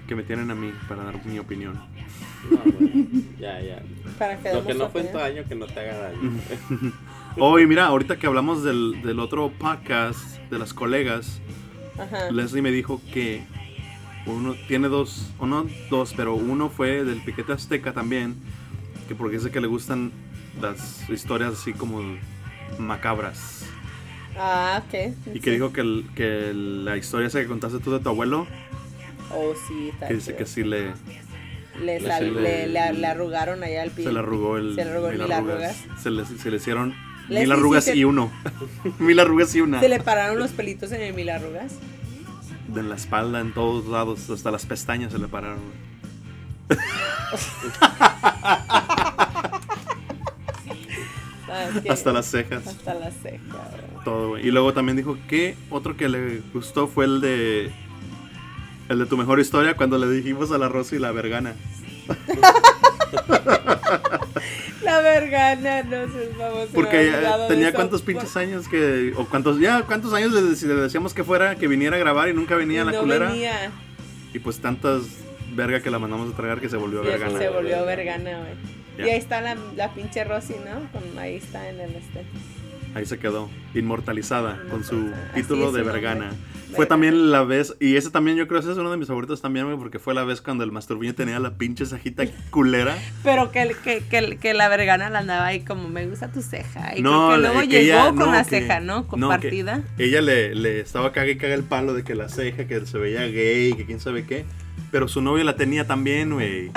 D: que me tienen a mí para dar mi opinión.
C: No, güey. Ya, ya.
B: Para que
C: Lo
B: demos
C: que no fue en
B: opinión.
C: tu año, que no te haga daño.
D: Oye, mira, ahorita que hablamos del, del otro podcast de las colegas,
B: Ajá.
D: Leslie me dijo que uno tiene dos, o no dos, pero uno fue del piquete azteca también, que porque dice que le gustan las historias así como macabras.
B: Ah, ok.
D: Y que dijo que, el- que la historia esa que contaste tú de tu abuelo,
B: Oh, sí, está
D: que dice
B: chido.
D: que sí le,
B: Le,
D: Le-
B: sal-
D: se
B: le,
D: le-
B: le- le arrugaron allá al pie.
D: se le arrugó el
B: Se le arrugó mil
D: Se le, se le hicieron
B: Leslie,
D: mil arrugas
B: sí te-
D: y uno. mil arrugas y una.
B: Se le pararon los pelitos en el mil arrugas.
D: En la espalda, en todos lados, hasta las pestañas se le pararon. güey.
B: ¿Sabes qué?
D: Hasta las cejas,
B: Hasta la ceja. güey.
D: todo, güey. Y luego también dijo que otro que le gustó fue el de. El de tu mejor historia cuando le dijimos a la Rosy y la vergana.
B: La vergana, no sé, vamos.
D: Porque eh, tenía cuántos pinches
B: pues,
D: años que. O cuántos. Ya, cuántos años le, dec- le decíamos que fuera, que viniera a grabar y nunca venía la
B: no
D: culera.
B: Venía.
D: Y pues tantas verga que la mandamos a tragar que se volvió
B: Y
D: vergana.
B: Se volvió vergana, güey.
D: Ya.
B: Y ahí está la, la pinche Rosy, ¿no? Con- ahí está en el este.
D: Ahí se quedó,
B: Ah,
D: inmortalizada, con su
B: Inmortalizada.
D: título
B: Así es
D: de
B: su nombre.
D: vergana. Fue
B: Vergana.
D: también la vez, y ese también yo creo que ese es uno de mis favoritos también, güey, porque fue la vez cuando el masturbiño tenía la pinche sajita culera.
B: Pero que, que, que, que la vergana la andaba ahí como, me gusta tu ceja. Y
D: No,
B: creo que
D: la-
B: luego
D: que
B: llegó
D: ella-
B: con
D: no,
B: la
D: que-
B: ceja, ¿no?
D: no, que-
B: Compartida.
D: Ella le, le estaba caga y caga el palo de que la ceja, que se veía gay, que quién sabe qué. Pero su novio la tenía también, güey.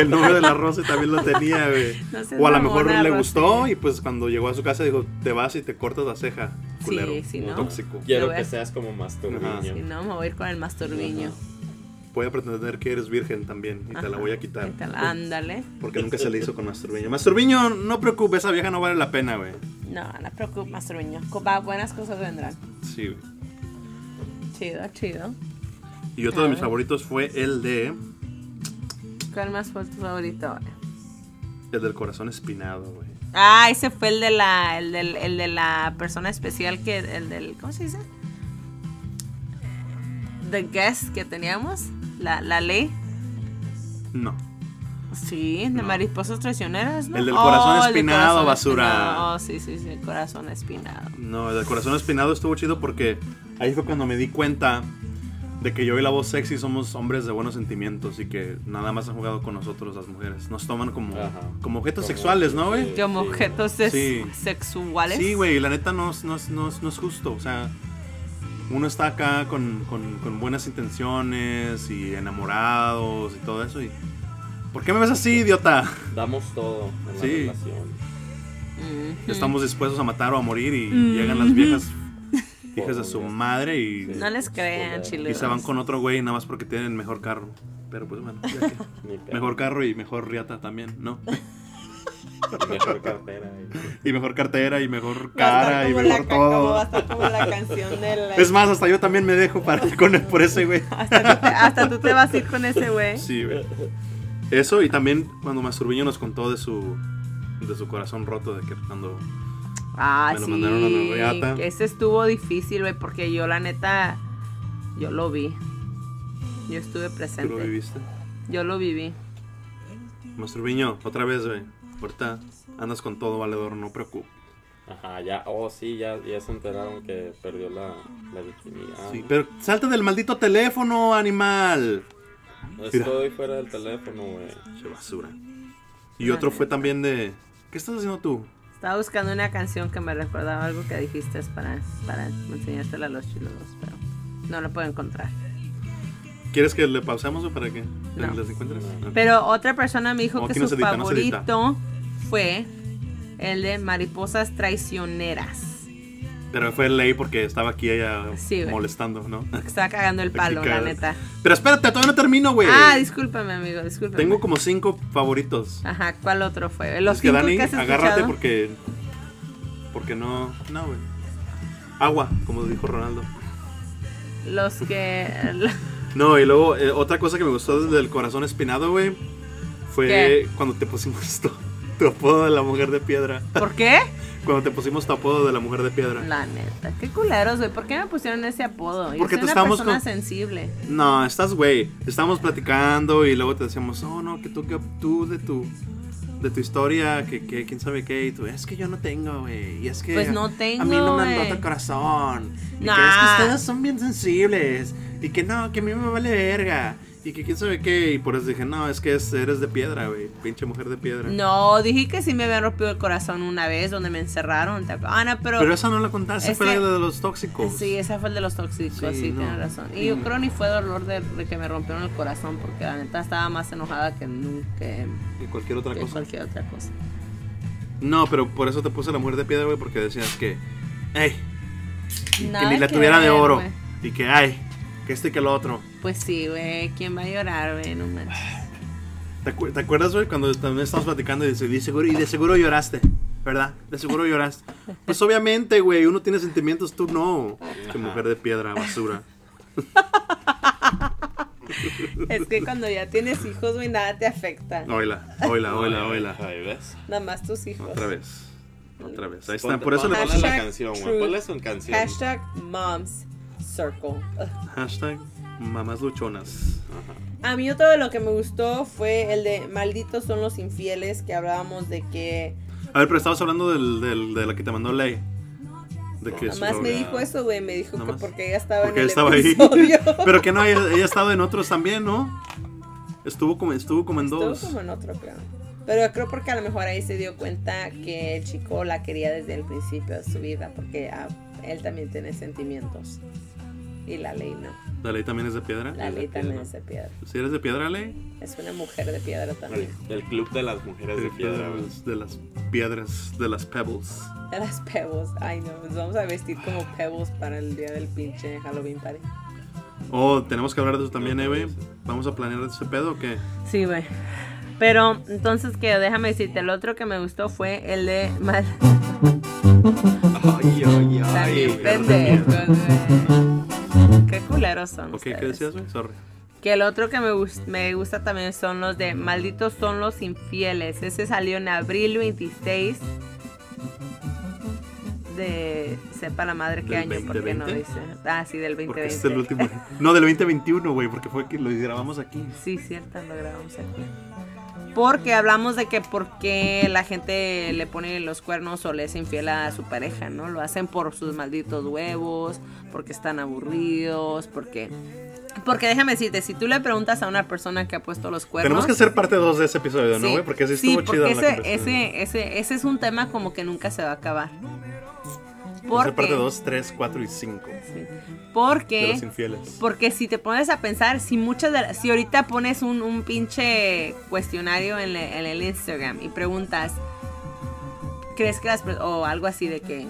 D: El novio de la Rosy también lo tenía, güey.
B: No seas
D: o a lo mejor
B: mamona,
D: le
B: Rosy.
D: gustó y pues cuando llegó a su casa dijo, te vas y te cortas la ceja,
B: Sí,
D: culero.
B: sí, ¿no?
D: Tóxico.
B: Lo
C: Quiero
B: voy a-
C: que seas como
D: Ajá.
C: masturbiño.
B: Si no, me voy a ir con el masturbiño.
D: Voy a pretender que eres virgen también y te la
B: Ajá.
D: voy a quitar.
B: Ahí está la- Ándale.
D: Porque nunca se le hizo con Masturbiño. Masturbiño, no preocupes, esa vieja no vale la pena, güey.
B: No, no te preocupes, masturbiño. Copa, buenas cosas vendrán.
D: Sí, güey.
B: Chido, chido.
D: Y otro de mis favoritos fue el de.
B: ¿Cuál más fue tu favorito?
D: El del corazón espinado, güey.
B: Ah, ese fue el de la, el del, el de la persona especial que, el del, ¿cómo se dice? Eh, The guest que teníamos, la, la ley.
D: No.
B: Sí, de
D: No.
B: mariposas traicioneras, ¿no? Oh,
D: El del corazón
B: el del
D: espinado,
B: corazón
D: basura.
B: espinado. Oh, sí, sí, sí, el corazón espinado.
D: No, el del corazón espinado estuvo chido porque ahí fue cuando me di cuenta de que yo y la voz sexy somos hombres de buenos sentimientos y que nada más han jugado con nosotros las mujeres. Nos toman como,
C: Ajá.
D: como objetos
C: Como-
D: sexuales, ¿no, güey?
C: sí.
B: Como objetos es-
D: Sí.
B: sexuales.
D: Sí, güey, la neta no, es- no, es- no es- no es justo. O sea, uno está acá con, con- con buenas intenciones y enamorados y todo eso. Y, ¿Por qué me ves así, idiota?
C: Damos todo en la
D: Sí.
C: relación.
B: Ujú.
D: Estamos dispuestos a matar o a morir y
B: Mm.
D: llegan las viejas hijas de
C: Por
D: su
C: Dios.
D: madre y,
C: Sí.
B: No les crean,
C: Sí,
B: chilenos.
D: y se van con otro güey nada más porque tienen mejor carro. Pero pues bueno, ya que-
C: Ni pe-
D: mejor carro y mejor riata también, ¿no?
C: mejor cartera. y-
D: Y mejor cartera y mejor
B: Va a estar
D: cara y
B: como la
D: mejor
B: ca- como- va a
D: todo.
B: estar como la canción de la-
D: Es más, hasta yo también me dejo para ir con él por ese güey.
B: Hasta tú, te, hasta tú te vas a ir con ese güey.
D: Sí, güey. Eso y también cuando Masturbiño nos contó de su de su corazón roto de que cuando
B: Ah,
D: Me lo
B: sí.
D: mandaron a la reata.
B: que Ese estuvo difícil, güey, porque yo la neta, yo lo vi. Yo estuve
D: tú lo
B: presente.
D: viviste.
B: Yo lo viví.
D: Masturbiño, otra vez, güey. Ahorita andas con todo valedor, no preocupes.
C: Ajá, ya, oh sí, ya, ya se enteraron que perdió la, la virginidad.
D: Sí, pero salta del maldito teléfono, animal.
C: Estoy fuera del teléfono, güey.
D: Che basura. Y otro fue también de ¿Qué estás haciendo tú?
B: Estaba buscando una canción que me recordaba algo que dijiste para, para enseñársela a los chilenos, pero no lo puedo encontrar.
D: ¿Quieres que le pausemos o para que
B: No.
D: las encuentres? Ok.
B: Pero otra persona me dijo
D: No,
B: que
D: aquí
B: su
D: no se edita, no se edita.
B: favorito fue el de Mariposas Traicioneras.
D: Pero fue ley porque estaba aquí ella
B: Sí, güey.
D: molestando, ¿no?
B: Estaba cagando el palo, la
D: Picadas.
B: neta.
D: Pero espérate, todavía no termino, güey.
B: Ah, discúlpame, amigo, discúlpame.
D: Tengo como cinco favoritos.
B: Ajá, ¿cuál otro fue? Los
D: Es que
B: cinco
D: Dani,
B: que has
D: agárrate
B: escuchado.
D: porque. Porque no. No, güey. Agua, como dijo Ronaldo.
B: Los que.
D: No, y luego eh, otra cosa que me gustó desde el corazón espinado, güey, fue
B: ¿Qué?
D: cuando te pusimos tu, tu apodo de la mujer de piedra.
B: ¿Por qué?
D: Cuando te pusimos tu apodo de la mujer de piedra.
B: La neta. Qué culeros, güey. ¿Por qué me pusieron ese apodo? Yo
D: Porque
B: soy
D: te
B: una
D: estábamos
B: persona
D: con-
B: sensible.
D: No, estás, güey. Estábamos platicando y luego te decíamos, oh, no, que tú, que tú de tu. De tu historia, que, que quién sabe qué, y tú, es que yo no tengo, güey. Y es que.
B: Pues no
D: A mí no
B: tengo,
D: me han
B: güey.
D: roto el corazón. Y
B: Nah.
D: que es que ustedes son bien sensibles. Y que no, que a mí me vale verga. Y que quién sabe qué. Y por eso dije, no, es que es- eres de piedra, güey. Pinche mujer de piedra.
B: No, dije que sí me habían rompido el corazón una vez donde me encerraron. ¿te acuer- Ah, no, pero.
D: Pero esa no la contaste, fue
B: Ese-
D: la de los tóxicos.
B: Sí, esa fue el de los tóxicos,
D: Sí,
B: sí,
D: no.
B: tienes razón. Y yo creo ni fue dolor de, de que me rompieron el corazón, porque la neta estaba más enojada que nunca. que-
D: Y cualquier otra
B: que
D: cosa.
B: cualquier otra cosa.
D: No, pero por eso te puse la mujer de piedra, güey, porque decías que. ¡Ey!
B: Nada
D: que ni la
B: que
D: tuviera de
B: ver,
D: oro.
B: güey.
D: Y que, ay, que este y que lo otro.
B: Pues sí, güey. ¿Quién va a llorar, güey? No manches.
D: ¿Te, acu- te acuerdas, güey, cuando también estábamos platicando y, dice, "Y seguro- y de seguro lloraste, ¿verdad? De seguro lloraste. Pues obviamente, güey, uno tiene sentimientos, tú no. Qué mujer de piedra, basura.
B: Es que cuando ya tienes hijos, güey, nada te afecta.
D: Oila, oila, oila, oila.
C: Ahí ves.
B: Nada más tus hijos.
D: Otra vez. Otra vez. Ahí está.
C: Ponte-
D: Por eso le
C: ponle
D: puse
C: la
B: Hashtag
C: canción, güey.
B: truth.
C: Ponle su canción.
B: Hashtag moms circle. Ugh.
D: hashtag mamás luchonas.
B: A mí otro de lo que me gustó fue el de malditos son los infieles que hablábamos de que
D: A ver, pero estabas hablando del, del- de la que te mandó ley. De que
B: nomás
D: su-
B: me dijo eso, güey, me dijo que
D: Nomás.
B: porque ella estaba
D: Porque
B: en el
D: estaba ahí.
B: episodio.
D: Pero que no haya, haya estado en otros también, ¿no? Estuvo como, estuvo como en
B: Estuvo
D: dos.
B: como en otro, creo. Pero creo porque a lo mejor ahí se dio cuenta que el chico la quería desde el principio de su vida, porque ah, él también tiene sentimientos. Y la ley no.
D: La ley también es de piedra.
B: La
C: Es de
B: ley también
C: piedra.
B: es de piedra.
D: Si eres de piedra, ley.
B: Es una mujer de piedra
C: El,
B: también.
C: el club de las mujeres de piedra, güey.
D: eh, pues, de las piedras, de las pebbles.
B: De las Pebbles. Ay, no. Nos vamos a vestir como Pebbles para el día del pinche Halloween party.
D: Oh, tenemos que hablar de eso también,
C: No,
D: eh, güey.
C: no, sí.
D: Vamos a planear ese pedo o qué.
B: Sí, güey. Pero entonces que déjame decirte, el otro que me gustó fue el de mal
D: Ay, ay,
B: también
D: perro de
B: pendejos,
D: mierda.
B: güey. Qué culeros son.
D: Ok, ¿qué
B: ustedes.
D: decías, güey? Sorry.
B: Que el otro que me, gus- me gusta también son los de Malditos son los infieles. Ese salió en abril 26 de sepa la madre qué
D: ¿Del
B: año, porque no
D: 2020?
B: dice. Ah, sí, del 2020.
D: Porque este es el último. No, del 2021, güey, porque fue que lo grabamos aquí.
B: Sí, cierto, lo grabamos aquí. Porque hablamos de que por qué la gente le pone los cuernos o le es infiel a su pareja, ¿no? Lo hacen por sus malditos huevos, porque están aburridos, porque Porque déjame decirte, si tú le preguntas a una persona que ha puesto los cuernos.
D: Tenemos que hacer parte 2 de ese episodio, ¿no,
B: Sí,
D: güey? Porque sí
B: sí,
D: estuvo chido
B: porque
D: la
B: ese,
D: conversación.
B: ese, ese, ese es un tema como que nunca se va a acabar.
D: Hacer
B: Porque,
D: parte 2, 3, 4 y 5
B: sí,
D: de
B: porque,
D: los infieles.
B: porque si te pones a pensar, si muchas de las- si ahorita pones un, un pinche cuestionario en, le- en el Instagram y preguntas, ¿crees que las per- o algo así de que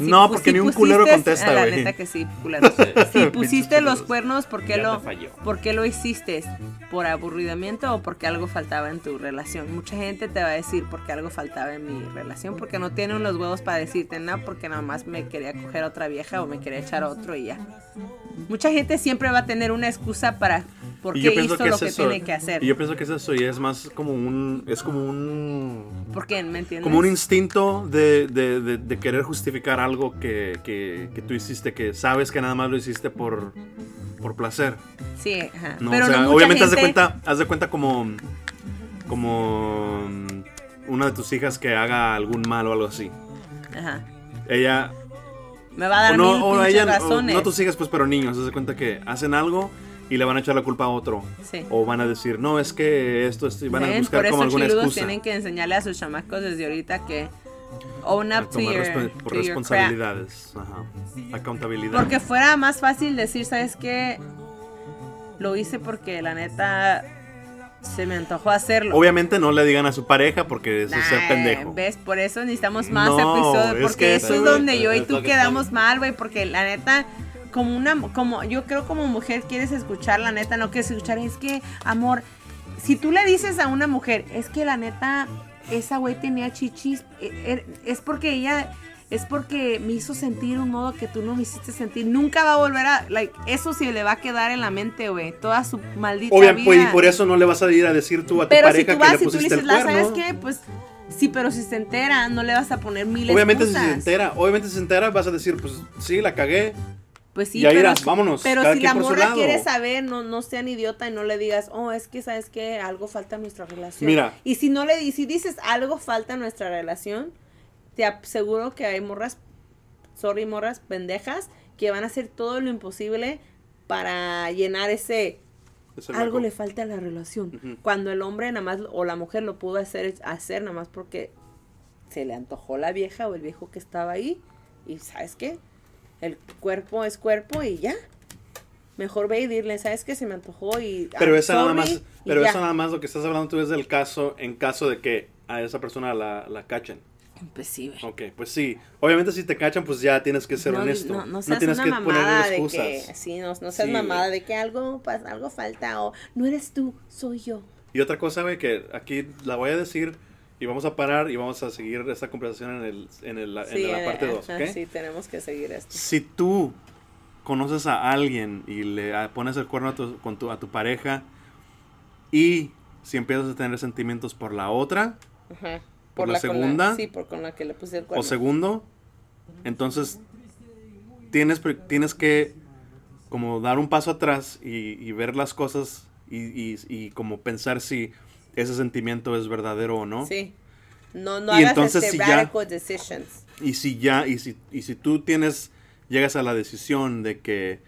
D: No,
B: pus-
D: porque ni un culero
B: pusiste-
D: contesta,
B: ah, La
D: güey.
B: neta que sí, culero. Si pusiste
D: Pinches
B: los
D: culeros.
B: cuernos, ¿por qué
C: Ya
B: lo
C: te falló.
B: por qué lo hiciste? ¿Por aburrimiento o porque algo faltaba en tu relación? Mucha gente te va a decir porque algo faltaba en mi relación, porque no tienen los huevos para decirte nada, porque nada más me quería coger a otra vieja o me quería echar a otro y ya. Mucha gente siempre va a tener una excusa para por
D: Y
B: qué
D: yo pienso
B: hizo
D: que
B: lo
D: es
B: que
D: eso.
B: tiene que hacer.
D: Y yo pienso que es eso, y es más como un. Es como un.
B: ¿Por qué? ¿Me entiendes?
D: Como un instinto de, de- de- de querer justificar algo que, que- que tú hiciste, que sabes que nada más lo hiciste por, por placer.
B: sí, ajá.
D: ¿no?
B: Pero
D: o sea,
B: no mucha
D: obviamente haz de
B: gente-
D: cuenta, haz de cuenta como, como mm, una de tus hijas que haga algún mal o algo así.
B: Ajá.
D: Ella,
B: Me va a dar
D: o no,
B: mil
D: o
B: pinches
D: ella, o
B: razones.
D: no tus hijas pues, pero niños, haz de cuenta que hacen algo y le van a echar la culpa a otro.
B: Sí.
D: O van a decir, no, es que esto, esto, y van a
B: ¿Ven?
D: buscar
B: Por eso
D: como alguna
B: chiludos
D: excusa.
B: tienen que enseñarle a sus chamacos desde ahorita que own
D: a
B: up to
D: tomar
B: your,
D: respe- por
B: to your crap.
D: responsabilidades, ajá, accountabilidad.
B: Porque fuera más fácil decir, ¿sabes qué? Lo hice porque la neta se me antojó hacerlo.
D: Obviamente no le digan a su pareja porque eso
B: Nah,
D: es ser Pues, pendejo.
B: ¿Ves? Por eso necesitamos más
D: No,
B: episodios.
D: es
B: Porque
D: que
B: eso
D: eso,
B: es
D: güey,
B: donde yo y
C: es
B: tú
C: lo que
B: quedamos
C: estamos-
B: mal, güey. Porque la neta, como una. como Yo creo como mujer quieres escuchar, la neta, no quieres escuchar. Es que, amor, si tú le dices a una mujer, es que la neta, esa güey tenía chichis, e- e- es porque ella. Es porque me hizo sentir un modo que tú no me hiciste sentir. Nunca va a volver a. Like, eso se le va a quedar en la mente, güey. Toda su maldita
D: Obviamente,
B: vida.
D: pues, y por eso no le vas a ir a decir tú a tu
B: Pero si
D: pareja
B: tú vas
D: que le
B: y tú le
D: pusiste
B: dices,
D: el
B: la ¿sabes
D: cuerno.
B: qué? Pues sí, pero si se entera, no le vas a poner miles
D: Obviamente si se
B: excusas.
D: entera, obviamente si se entera vas a decir, pues sí, la cagué.
B: Pues sí,
D: Ya
B: pero,
D: irás, vámonos,
B: Pero
D: cada
B: si
D: quien
B: la
D: por su
B: morra
D: lado.
B: quiere saber, no, no sean idiota y no le digas, oh, es que sabes que algo falta en nuestra relación.
D: Mira.
B: Y si no le di- si dices algo falta en nuestra relación, te aseguro que hay morras, sorry, morras pendejas, que van a hacer todo lo imposible para llenar ese
D: Ese
B: algo
D: hueco.
B: le falta a la relación.
D: Ujú.
B: Cuando el hombre nada más o la mujer lo pudo hacer, hacer nada más porque se le antojó la vieja o el viejo que estaba ahí. Y sabes qué? El cuerpo es cuerpo y ya. Mejor ve y dile, ¿sabes qué? Se me antojó y.
D: Pero
B: ah,
D: esa nada
B: sorry,
D: más,
B: y
D: pero
B: ya.
D: eso nada más lo que estás hablando tú es del caso, en caso de que a esa persona la, la cachen.
B: Pues sí, güey.
D: Ok, pues sí. Obviamente si te cachan, pues ya tienes que ser
B: no,
D: honesto.
B: No, no seas
D: tienes
B: una
D: que
B: mamada
D: poner
B: de
D: excusas.
B: que. Sí, no, no seas
D: Sí,
B: mamada
D: güey.
B: de que algo, pas- algo falta o no eres tú, soy yo.
D: Y otra cosa, güey, que aquí la voy a decir y vamos a parar y vamos a seguir esta conversación en, el, en, el- en la
B: eh,
D: parte 2,
B: ajá,
D: ¿ok?
B: Sí, tenemos que seguir esto.
D: Si tú conoces a alguien y le ah, pones el cuerno a tu, con tu- a tu pareja y si empiezas a tener sentimientos por la otra
B: Ajá.
D: ¿Por la
B: con
D: segunda?
B: sí, por con la que le puse el cuerno.
D: o segundo, entonces tienes, pri- tienes que como dar un paso atrás y, y ver las cosas y, y- y como pensar si ese sentimiento es verdadero o no.
B: Sí. No, no
D: Y
B: hagas
D: entonces
B: este
D: si ya-
B: radical decisions.
D: Y si ya, y si, y si tú tienes, llegas a la decisión de que,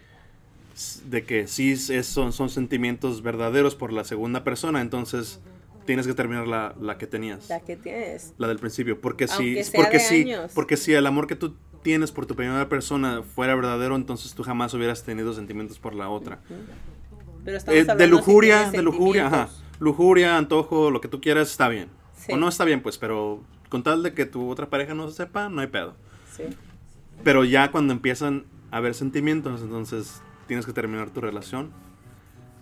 D: de que sí es- son, son sentimientos verdaderos por la segunda persona, entonces tienes que terminar la, la que tenías,
B: La que tienes.
D: la del principio. Porque si,
B: Aunque sea
D: porque
B: de
D: si,
B: años.
D: porque si el amor que tú tienes por tu primera persona fuera verdadero, entonces tú jamás hubieras tenido sentimientos por la otra.
B: Pero estamos
D: Eh,
B: hablando
D: de
B: si
D: lujuria,
B: tienes
D: de lujuria, ajá.
B: sentimientos.
D: Lujuria, antojo, lo que tú quieras está bien.
B: Sí.
D: O no está bien, pues, pero con tal de que tu otra pareja no sepa, no hay pedo.
B: Sí.
D: Pero ya cuando empiezan a haber sentimientos, entonces tienes que terminar tu relación.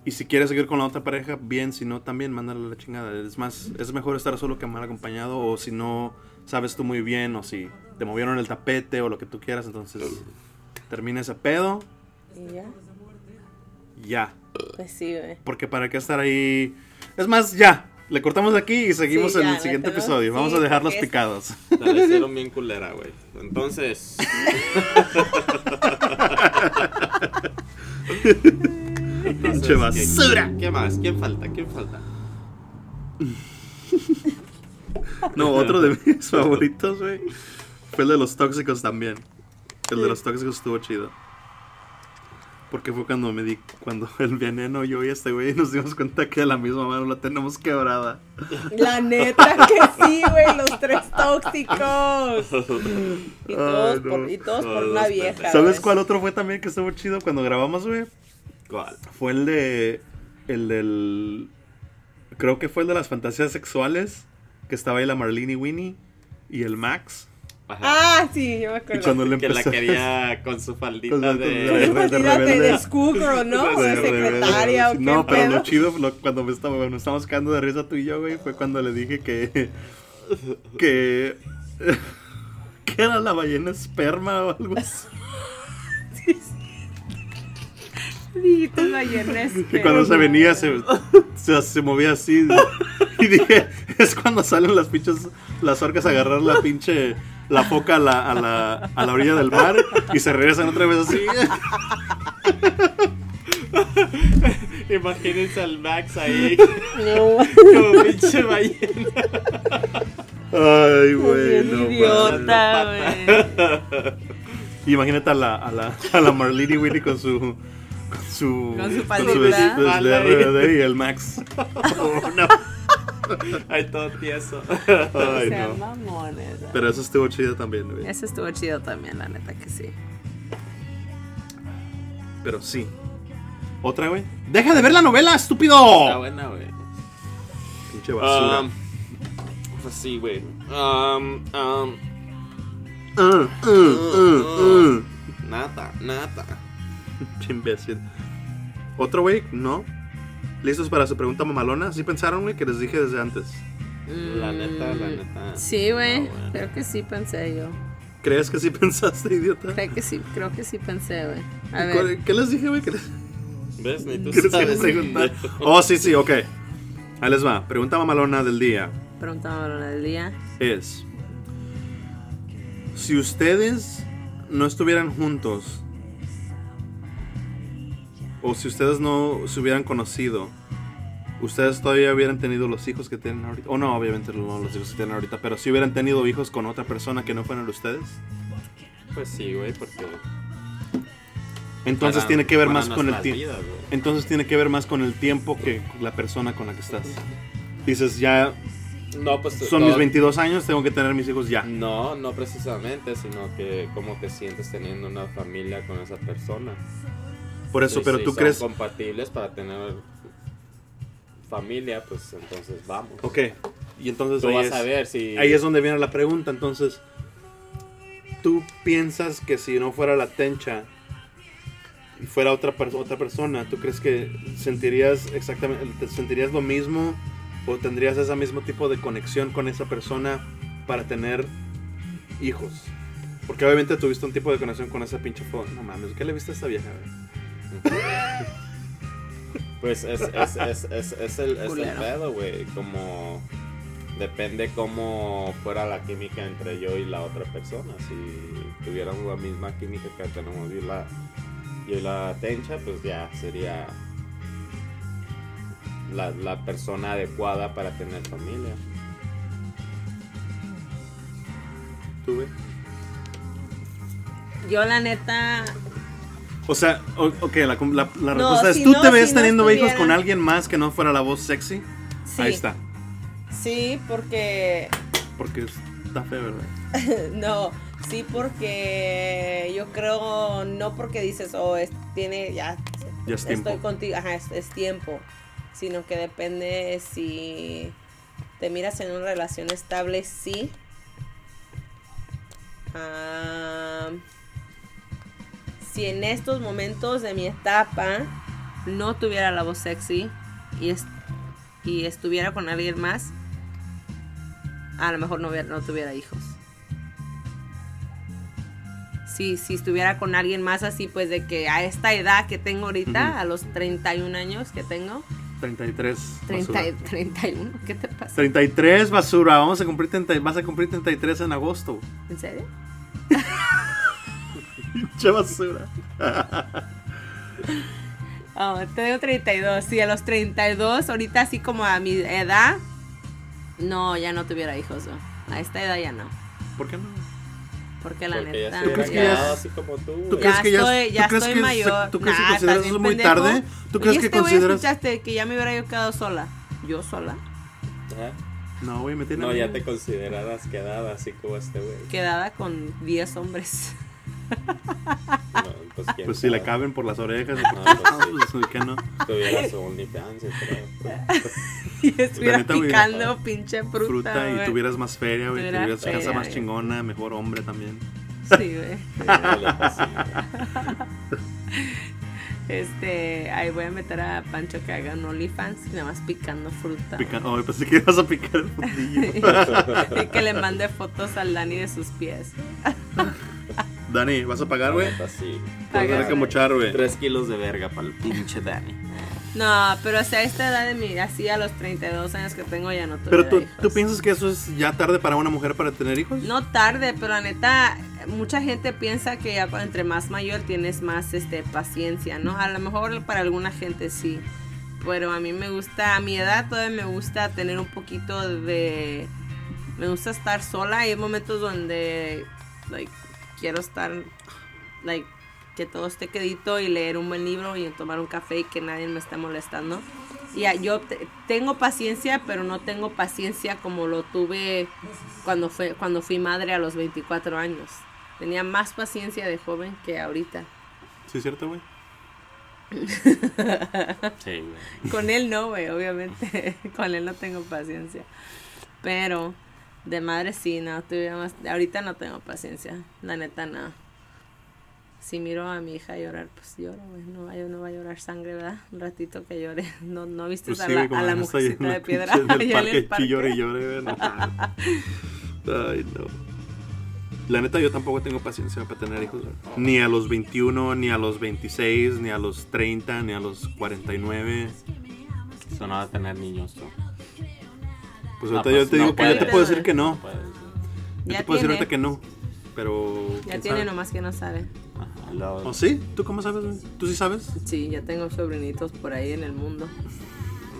D: Y si quieres seguir con la otra pareja, bien, si no, también mándale a la chingada. Es más, es mejor estar solo que mal acompañado, o si no sabes tú muy bien, o si te movieron el tapete o lo que tú quieras, entonces termina ese pedo,
B: Y ya.
D: ya.
B: Pues sí, güey.
D: Porque para qué estar ahí. Es más, ya. Le cortamos aquí y seguimos
B: Sí,
D: en
B: ya,
D: el siguiente
B: mételo.
D: episodio.
B: Sí,
D: Vamos a dejarlos
B: porque es-
D: picados.
C: La le hicieron bien culera, güey. Entonces,
D: Pinche
C: entonces,
D: basura.
C: ¿qué, ¿qué más? ¿Quién falta? ¿Quién falta?
D: No, otro de mis favoritos, güey. Fue el de los tóxicos también. El de los tóxicos estuvo chido. Porque fue cuando me di, cuando el veneno yo y este güey nos dimos cuenta que de la misma mano la tenemos quebrada.
B: La neta que sí, güey, los tres tóxicos. Y todos,
D: Ay, no.
B: por, y todos por
C: Todos
B: una
C: los
B: vieja.
D: ¿Sabes
B: güey.
D: cuál otro fue también que estuvo chido cuando grabamos, güey?
C: ¿Cuál?
D: Fue el de, el del, creo que fue el de las fantasías sexuales, que estaba ahí la Marlene y Winnie y el Max.
C: Ajá.
B: Ah, sí, yo me
D: Y
B: acuerdo.
D: cuando le
C: que la
D: empezó-
C: quería con su faldita
D: Con su-
C: de...
D: con su-
B: Imagínate,
D: de rebelde.
B: de schoolgirl, ¿no? O
D: De
B: de secretaria, o
D: rebelde.
B: qué
D: No, pero
B: pedo.
D: lo chido, lo- cuando me estaba, nos estábamos quedando de risa tú y yo, güey, fue cuando le dije que. que. que era la ballena esperma o algo así.
B: Dijiste ballenas,
D: Que cuando se
B: pero-
D: venía se, se, se movía así. Y dije, es cuando salen las pinches. las orcas a agarrar la pinche. la foca a la, a la, a la orilla del mar y se regresan otra vez así.
C: Imagínense al Max ahí
B: No,
C: como pinche ballena.
D: Ay, güey.
B: bien
D: no mames.
B: idiota, güey.
D: Imagínate a la, a la, a la Marlene Willy con su. con su.
B: Con su
D: vestido
B: faldita.
D: de RBD y el Max. Oh, no.
C: Ahí todo tieso.
B: O
D: Ay,
B: sea,
D: no.
B: mamones. güey.
D: Pero eso estuvo chido también, güey.
B: Eso estuvo chido también, la neta que sí.
D: Pero sí. ¿Otra, güey? ¡Deja de ver la novela, estúpido!
C: Está buena, Ah, güey.
D: Pinche basura.
C: Um, pues sí, güey. Um, um,
D: Uh, uh, uh.
C: nada, nada.
D: Pinche imbécil. ¿Otro, güey? No. ¿Listos para su pregunta mamalona? ¿Sí pensaron, güey? Que les dije desde antes.
C: La neta, la neta.
B: Mm. Sí, güey.
D: Ah,
C: No, güey.
B: Creo que sí pensé yo.
D: ¿Crees que sí pensaste, idiota?
B: Creo que sí, creo que sí pensé, güey. A ver.
D: ¿Qué qué les dije, güey? ¿Qué les-
C: ¿Ves? Ni tú
D: ¿Quieres que
C: sabes.
D: le preguntar? Oh, sí, sí, ok. Ahí les va. Pregunta mamalona del día
B: Pregunta mamalona del día.
D: es: Si ustedes no estuvieran juntos, o si ustedes no se hubieran conocido, ¿ustedes todavía hubieran tenido los hijos que tienen ahorita? O no, obviamente no los hijos que tienen ahorita, pero si hubieran tenido hijos con otra persona que no fueran ustedes.
C: Pues sí, güey, porque.
D: Entonces
C: para-
D: tiene que ver
C: para
D: más con el
C: nuestras
D: tiempo.
C: vidas, güey.
D: Entonces tiene que ver más con el tiempo que la persona con la que estás. Dices, ya
C: No, pues.
D: son mis
C: todo-
D: 22 años, tengo que tener mis hijos ya.
C: No, no precisamente, sino que cómo te sientes teniendo una familia con esa persona.
D: Por eso,
C: Sí,
D: pero
C: sí,
D: tú
C: son
D: crees...
C: compatibles para tener familia, pues entonces vamos.
D: Ok, y entonces
C: Tú
D: ahí
C: vas
D: es,
C: a ver si.
D: ahí es donde viene la pregunta. Entonces, ¿tú piensas que si no fuera la tencha y fuera otra, per- otra persona, ¿tú crees que sentirías exactamente, te sentirías lo mismo o tendrías ese mismo tipo de conexión con esa persona para tener hijos? Porque obviamente tuviste un tipo de conexión con esa pinche fo- No mames, ¿qué le viste a esta vieja? güey?
C: Pues es, es, es, es, es el, es el
B: Culero.
C: pedo, güey. Como. Depende cómo fuera la química entre yo y la otra persona. Si tuviéramos la misma química que tenemos yo y la, yo y la Tencha, pues ya sería la, la persona adecuada para tener familia.
D: ¿Tú, güey?
B: Yo, la neta.
D: O sea, o- ok, la, com- la- la
B: No,
D: respuesta
B: si
D: es, ¿tú
B: no-
D: te ves
B: si no
D: teniendo hijos
B: estuviera-
D: con alguien más que no fuera la voz sexy?
B: Sí.
D: Ahí está.
B: Sí, porque.
D: Porque está feo, ¿verdad?
B: No, sí, porque yo creo, no porque dices, oh, es- tiene, ya,
D: Ya es
B: estoy
D: tiempo.
B: contigo, ajá, es, es tiempo, sino que depende si te miras en una relación estable, sí. Am, Ah, si en estos momentos de mi etapa no tuviera la voz sexy y, es- y estuviera con alguien más, a lo mejor no, hubiera- no tuviera hijos. Si, si estuviera con alguien más así, pues de que a esta edad que tengo ahorita,
D: Ujú.
B: a los 31 años que tengo,
D: 33.
B: 30,
D: basura.
B: 31, ¿qué te pasa?
D: 33 basura. Vamos a cumplir 30 vas a cumplir 33 en agosto.
B: ¿En serio?
D: Pinche basura.
B: Ah, tengo 32, sí, a los 32, ahorita así como a mi edad, no, ya no tuviera hijos, ¿no? a esta edad ya no.
D: ¿Por qué no?
B: Porque la
C: Porque ya
B: neta.
C: se hubiera
D: crees que ya
C: quedado
D: es-
C: así como tú.
D: ¿Tú
C: güey.
D: crees
B: Ya
D: que ya es-
B: estoy- ya
D: tú crees
B: estoy
D: que es-
B: mayor.
D: tú crees que
B: Nah, estás
D: consideras
B: bien
D: eso muy
B: pendejo.
D: tarde? ¿Tú
B: Y
D: crees que
B: este güey,
D: consideras-
B: escuchaste que ya me hubiera yo quedado sola. ¿Yo sola?
C: Ajá.
D: No, güey, me tiene.
C: No, ya te considerarás quedada así como este güey.
B: Quedada con 10 hombres.
C: No, pues, quién
D: Pues si le
C: sabe.
D: caben por las orejas.
C: No, pues, sí.
D: Pues, ¿por ¿Qué no?
C: Tuviera su OnlyFans, yo creo.
B: y estuviera
D: neta, güey, ah,
B: picando pinche fruta.
D: Fruta y
B: güey.
D: tuvieras más feria, güey.
B: Tuviera
D: Tuvieras casa
B: feria,
D: más
B: güey.
D: chingona, mejor hombre también.
B: Sí, güey.
C: Ándale, pues, sí, güey.
B: Este, ahí voy a meter a Pancho que haga un OnlyFans y nada más picando fruta.
D: Pica... Oh, pensé que ibas a picar el fundillo.
B: y que le mande fotos al Dani de sus pies.
D: Dani, ¿vas a pagar, güey?
C: Neta, sí.
D: Vas a
B: Pagar,
D: tener que
B: güey.
D: mochar, güey.
C: Tres kilos de verga para el pinche Dani.
B: No, pero o sea, a esta edad de mi, así a los 32 años que tengo ya no tuve
D: Pero tú,
B: hijos.
D: tú piensas que eso es ya tarde para una mujer para tener hijos?
B: No tarde, pero la neta, mucha gente piensa que ya cu- entre más mayor tienes más este paciencia, ¿no? A lo mejor para alguna gente sí. Pero a mí me gusta, a mi edad todavía me gusta tener un poquito de. Me gusta estar sola. Hay momentos donde like, quiero estar like que todo esté quedito y leer un buen libro y tomar un café y que nadie me esté molestando. Y a- yo te- tengo paciencia, pero no tengo paciencia como lo tuve cuando fue cuando fui madre a los 24 años. Tenía más paciencia de joven que ahorita.
D: Sí, es cierto, güey.
C: Sí, güey.
B: Con él no, güey, obviamente. Con él no tengo paciencia. Pero de madre sí, no, tuviera más. Ahorita no tengo paciencia. La neta, no. Si miro a mi hija llorar, pues lloro, güey. No, va- no va a llorar sangre, ¿verdad? Un ratito que llore. No, no viste
D: Pues
B: a
D: sí,
B: la,
D: güey, como
B: a la
D: no está
B: mujercita
D: lleno
B: de piedra
D: pinches del
B: allá en el
D: parque,
B: parque.
D: sí, llore y llore, güey, no. Ay, no. La neta, yo tampoco tengo paciencia para tener hijos. güey. Ni a los 21, ni a los 26, ni a los 30, ni a los 49.
C: Eso no va a tener niños, ¿no?
D: Pues
C: No,
D: ahorita
C: pues,
D: yo te
C: no
D: digo que yo te
B: puedes.
D: puedo decir que no.
C: Pues,
D: Yo
B: Ya
D: te puedo decir
B: tiene.
D: ahorita que no. Pero.
B: Ya
D: ¿quién
B: tiene
D: sabe?
B: nomás que no sabe.
C: ajá, luego-
D: ¿O sí? ¿Tú cómo sabes? güey? ¿Tú sí sabes?
B: Sí, ya tengo sobrinitos por ahí en el mundo.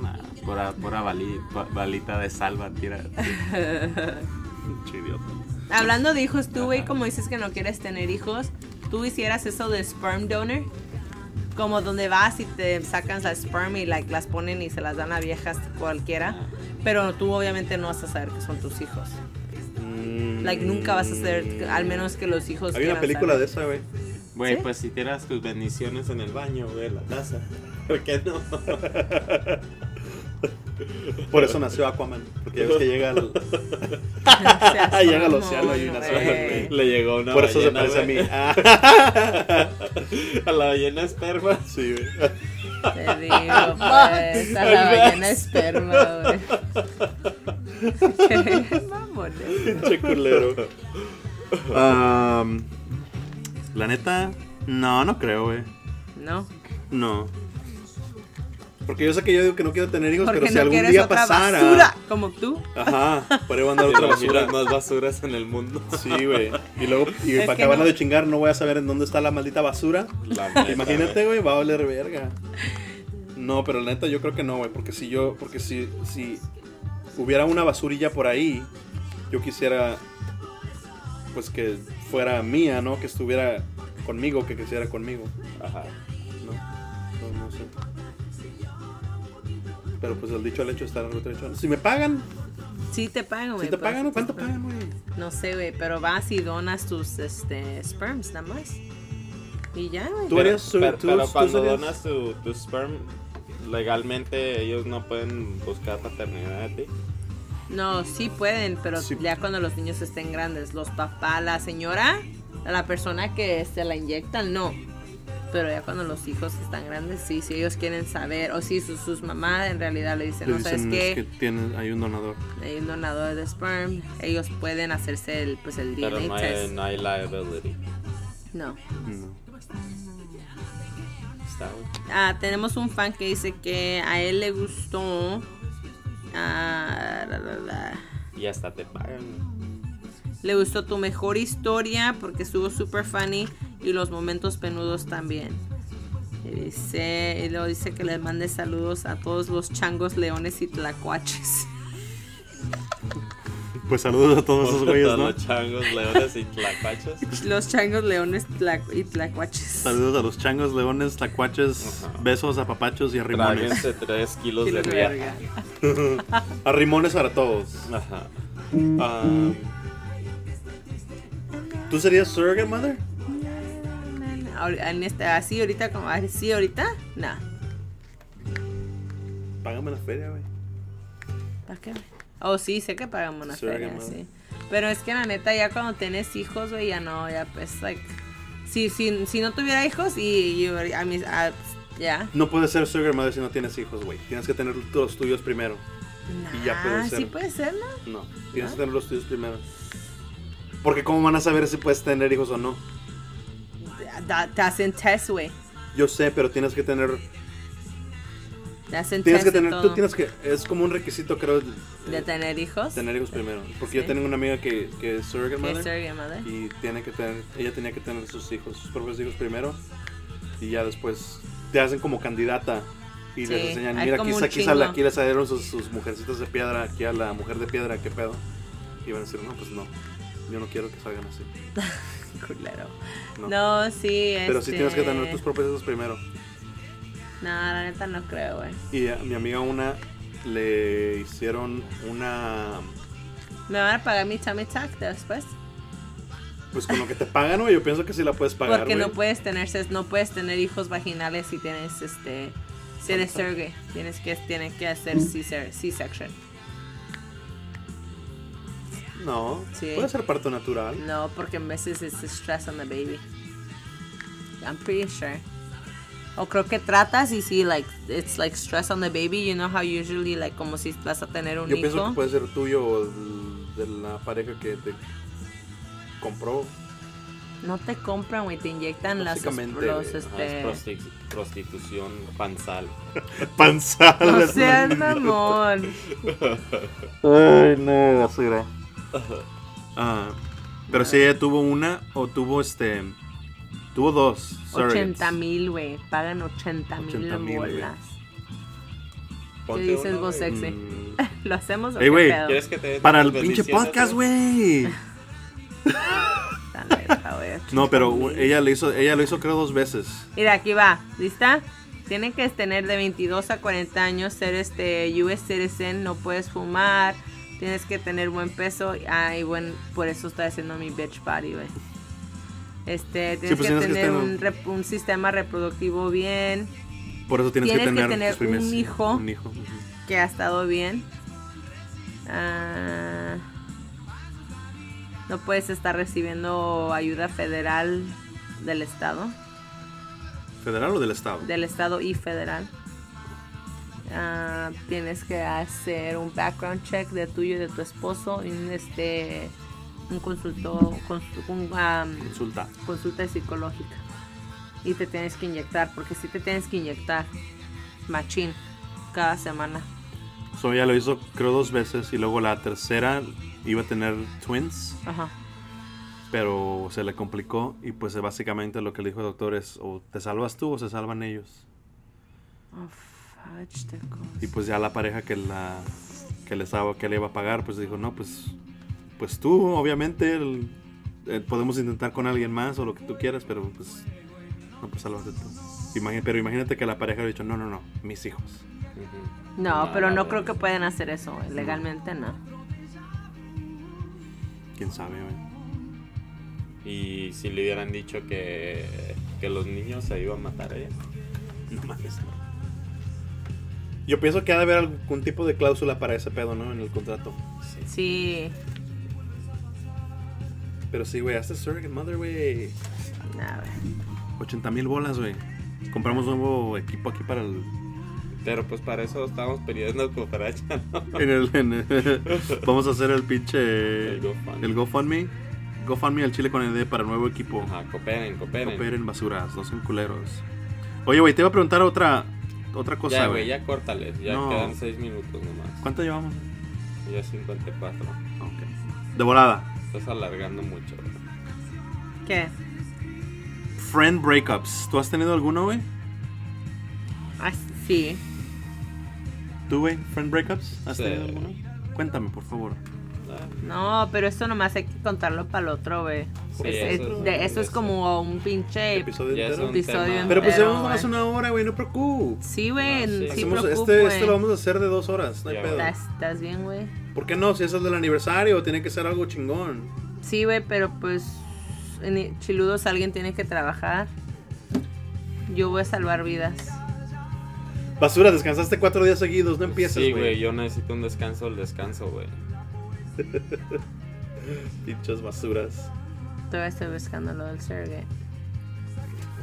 C: Nah, pura, pura bali- ba- balita de salva, tira.
D: Pinche idiota.
B: Hablando de hijos, tú, güey, como dices que no quieres tener hijos, ¿tú hicieras eso de sperm donor? Como donde vas y te sacan las sperm y like, las ponen y se las dan a viejas cualquiera. Pero tú obviamente no vas a saber que son tus hijos. Like, nunca vas a saber, al menos que los hijos
D: Hay una
B: quieran
D: película de
B: saber.
D: esa, güey.
C: Güey,
B: ¿Sí?
C: pues si tiras tus bendiciones en el baño, güey, en la taza. ¿Por qué no?
D: Por eso nació Aquaman. Porque ya ves que llega al.
B: O sea, son
D: Llega al océano y
B: monos,
D: nace,
B: güey.
C: Le llegó una
D: Por eso se
C: ballena,
D: parece a mí. Ah.
C: güey. A la ballena esperma.
D: Sí, güey.
B: Te digo, pues, a la ballena esperma, güey. Qué ¿eh? mamones.
D: Pinche culero. Am, la neta, no, no creo, güey.
B: No.
D: No. Porque yo sé que yo digo que no quiero tener hijos,
B: Porque
D: pero si
B: no
D: algún
B: quieres
D: día
B: otra
D: pasara.
B: basura como tú.
D: Ajá, para mandar
C: ¿Te
D: otra
C: imaginas
D: basura.
C: más basuras en el mundo?
D: Sí, güey. Y luego, y
B: Es
D: para
B: que no.
D: acabarla de chingar, no voy a saber en dónde está la maldita basura.
C: La neta,
D: Imagínate, güey, va a oler verga. No, pero la neta yo creo que no, güey, porque si yo, porque si, si hubiera una basurilla por ahí, yo quisiera, pues que fuera mía, ¿no? Que estuviera conmigo, que creciera conmigo,
C: güey. Ajá.
D: ¿no? No, no sé. Pero pues el dicho al hecho está en el otro hecho. Si me pagan,
B: Sí te pagan, güey.
D: si te
B: por
D: pagan,
B: eso
D: ¿cuánto pagan, güey?
B: No sé, güey, pero vas y donas tus este, sperms nada más. Y ya, güey.
D: Tú harías su-
C: pero,
D: tú-
C: pero
D: tú
C: cuando
D: serías-
C: donas tu, tu sperm, legalmente ellos no pueden buscar paternidad de ti.
B: No, sí pueden, pero
D: Sí.
B: ya cuando los niños estén grandes, los papás, la señora, la persona que se la inyectan, no. Pero ya cuando los hijos están grandes, sí, si ellos quieren saber, o si sus, sus mamás en realidad le dicen,
D: Le
B: no sabes
D: dicen,
B: qué,
D: "Es que tienen, hay un donador.
B: hay un donador de sperm, ellos pueden hacerse el, pues, el
C: Pero
B: DNA
C: no hay,
B: test.
C: no hay liability.
B: No.
D: No.
C: Está, güey.
B: Ah, tenemos un fan que dice que a él le gustó. ah, la, la, la,
C: Y hasta te pagan.
B: le gustó tu mejor historia porque estuvo super funny y los momentos penudos también. Y dice, y luego dice que le mande saludos a todos los changos, leones y tlacuaches.
D: Pues saludos a todos esos güeyes,
C: Todos
D: ¿no?
C: Los changos, leones y tlacuaches.
B: Los changos, leones tlac- y tlacuaches.
D: Saludos a los changos, leones, tacuaches,
C: Ajá.
D: besos a papachos y a rimones.
C: Tráguense 3 kilos
B: Qué
C: de
B: verga.
C: riata.
D: A rimones para todos.
C: Ajá. Ah,
D: ¿Tú serías surrogate mother?
B: Ahori- En este, así ahorita, como así ahorita, nah.
D: Págame la feria, güey.
B: ¿Para qué? Oh, sí, sé que pagamos una
D: Surrogate
B: feria,
D: mother.
B: sí. Pero es que la neta, ya cuando tienes hijos, güey, ya no, ya pues, like. Si, si, si no tuviera hijos y yo, a mis. a- ya.
D: No puedes ser surrogate mother si no tienes hijos, güey. Tienes que tener los tuyos primero. Y ya puede
B: Nah,
D: ser.
B: Sí puede ser, ¿no?
D: No,
B: ¿Ah?
D: tienes que tener los tuyos primero. Porque cómo van a saber si puedes tener hijos o no.
B: Da- Te hacen test, güey.
D: Yo sé, pero tienes que tener,
B: Te hacen
D: tienes
B: test
D: que
B: de
D: tener, tú
B: todo.
D: tienes que, es como un requisito creo, de,
B: de tener hijos.
D: tener hijos primero. Porque yo
B: Sí.
D: tengo una amiga que, que es surrogate
B: Que es
D: mother.
B: surrogate mother.
D: y tiene que tener, ella tenía que tener sus hijos, sus propios hijos primero y ya después te hacen como candidata y les
B: Sí,
D: enseñan,
B: hay
D: mira aquí,
B: como un
D: aquí, sale-
B: chingo.
D: aquí le salieron sus, sus mujercitas de piedra, aquí a la mujer de piedra, qué pedo. Y van a decir, no, pues no, yo no quiero que salgan así.
B: Culero.
D: No.
B: No, sí,
D: Pero sí tienes que
B: este,
D: tener tus propios hijos primero.
B: No, la neta no creo, güey.
D: Y a mi amiga una le hicieron una...
B: ¿Me van a pagar mi tummy tuck después?
D: Pues con lo que te pagan, güey, yo pienso que sí la puedes pagar.
B: Porque
D: güey.
B: no puedes tener ses- no pueres tener hijos vaginales si tienes este si eres surrogate, tienes que tienes que hacer C-ser- C-section.
D: No,
B: Sí.
D: puede ser parto natural.
B: No, porque en veces es stress on the baby. I'm pretty sure. O creo que tratas y sí, like, it's like stress on the baby. You know how usually, like, como si vas a tener un
D: Yo
B: hijo.
D: pienso que puede ser tuyo o del- de la pareja que te compró.
B: No te compran, güey, te inyectan las,
D: Básicamente,
B: los,
D: güey,
C: ajá, es
B: este...
C: prosti- prostitución panzal.
D: Panzada.
B: No seas mamón.
D: Ay, no, basura. Ah, pero si ella tuvo una o tuvo este. Tuvo dos. surrogates.
B: 80 mil, güey. Pagan 80 mil
D: 80,000, güey.
B: bolas. ¿Qué
C: Ponte
B: dices
C: uno,
B: vos,
C: güey.
B: sexy?
D: Mm,
B: ¿Lo hacemos o
D: Ey,
B: qué
D: güey,
B: pedo?
C: ¿Quieres que te
D: Para el
C: pues,
D: pinche
C: diciendo,
D: podcast, güey.
B: La neta, güey,
D: No, pero
B: 80,000.
D: ella lo hizo, ella lo hizo creo dos veces.
B: Mira, aquí va. ¿Lista? Tienen que tener de 22 a 40 años, ser este US citizen, no puedes fumar, tienes que tener buen peso. Ay, buen, por eso está haciendo mi bitch body, güey. Este, tienes
D: pues
B: que
D: tienes que
B: tener
D: estar-
B: un, rep- un sistema reproductivo bien,
D: Por eso tienes,
B: Tienes que
D: tener,
B: tener
D: tus primeros-
B: un hijo.
D: Un hijo. ujú.
B: que ha estado bien. Ah, no puedes estar recibiendo ayuda federal del Estado.
D: ¿Federal o del Estado?
B: del estado y federal. Ah, tienes que hacer un background check de tuyo y de tu esposo, y un, este, un consulto, consu- un, am,
D: Consulta.
B: consulta psicológica. Y te tienes que inyectar, porque si te tienes que inyectar, machín, cada semana.
D: So ella Pues, lo hizo creo dos veces y luego la tercera iba a tener twins,
B: Ajá.
D: pero se le complicó y pues básicamente lo que le dijo el doctor es o te salvas tú o se salvan ellos.
B: Oh, fudge, te
D: Y
B: cos-
D: pues ya la pareja que la que le estaba que le iba a pagar pues dijo, "No, pues pues tú obviamente el- eh, podemos intentar con alguien más o lo que tú quieras, pero pues no pues sálvate tú." Imagi- pero imagínate que la pareja hubiera dicho, "No, no, no, mis hijos."
C: Ujú.
B: No,
C: No,
B: pero
C: la
B: no
C: verdad.
B: creo que pueden hacer eso, güey. legalmente no.
D: ¿Quién sabe? güey?
C: Y si le hubieran dicho que, que los niños se iban a matar ella.
D: No mames. Yo pienso que ha de haber algún tipo de cláusula para ese pedo, ¿no? En el contrato.
B: Sí,
D: Pero sí, güey, hazte surrogate mother, güey.
B: nada.
D: 80 mil bolas, güey. Compramos nuevo equipo aquí para el.
C: Pero pues para eso estábamos pidiendo cucaracha, ¿no?
D: en el- en- Vamos a hacer el pinche.
C: El GoFundMe.
D: El GoFundMe. GoFundMe al Chile con el D para nuevo equipo.
C: Ajá, cooperen, cooperen.
D: Cooperen basuras, no sean culeros. Oye, güey, te iba a preguntar otra. Otra cosa,
C: ya, güey,
D: güey.
C: ya córtales. Ya
D: No.
C: quedan 6 minutos nomás.
D: ¿Cuánto llevamos?
C: Ya 54.
D: Ok. De volada.
C: Estás alargando mucho, güey.
B: ¿Qué?
D: Friend breakups. ¿Tú has tenido alguno, güey?
B: Ah, sí.
D: ¿Tú, güey? ¿Friend breakups? ¿Has
C: Sí.
D: tenido alguno? Cuéntame, por favor.
C: Ah, ¿verdad?
B: No, pero esto nomás hay que contarlo para el otro, güey.
C: Sí,
B: Es-
C: eso
B: es-
C: es-
B: de- eso es
C: eso.
B: como un pinche
D: Episodio
C: Ya
D: entero.
C: son-
B: episodio.
C: tema.
D: Pero pues
B: entero,
D: llevamos más
B: güey.
D: una hora, güey, no preocupes.
B: Sí, güey,
C: No, Ah, sí.
B: sí,
D: Hacemos-
B: preocupo,
D: este, este
B: güey.
D: lo vamos a hacer de dos horas, no hay
C: Ya,
D: pedo.
C: güey.
B: ¿Estás, estás bien, güey?
D: ¿Por qué no? Si es el del aniversario, tiene que ser algo chingón.
B: Sí, güey, pero pues en Chiludos alguien tiene que trabajar. Yo voy a salvar vidas.
D: Basura, descansaste cuatro días seguidos, no empiezas,
C: Sí, güey,
D: güey.
C: yo necesito un descanso al descanso, güey.
D: Pinchas basuras.
B: Todavía estoy buscando lo del Sergey.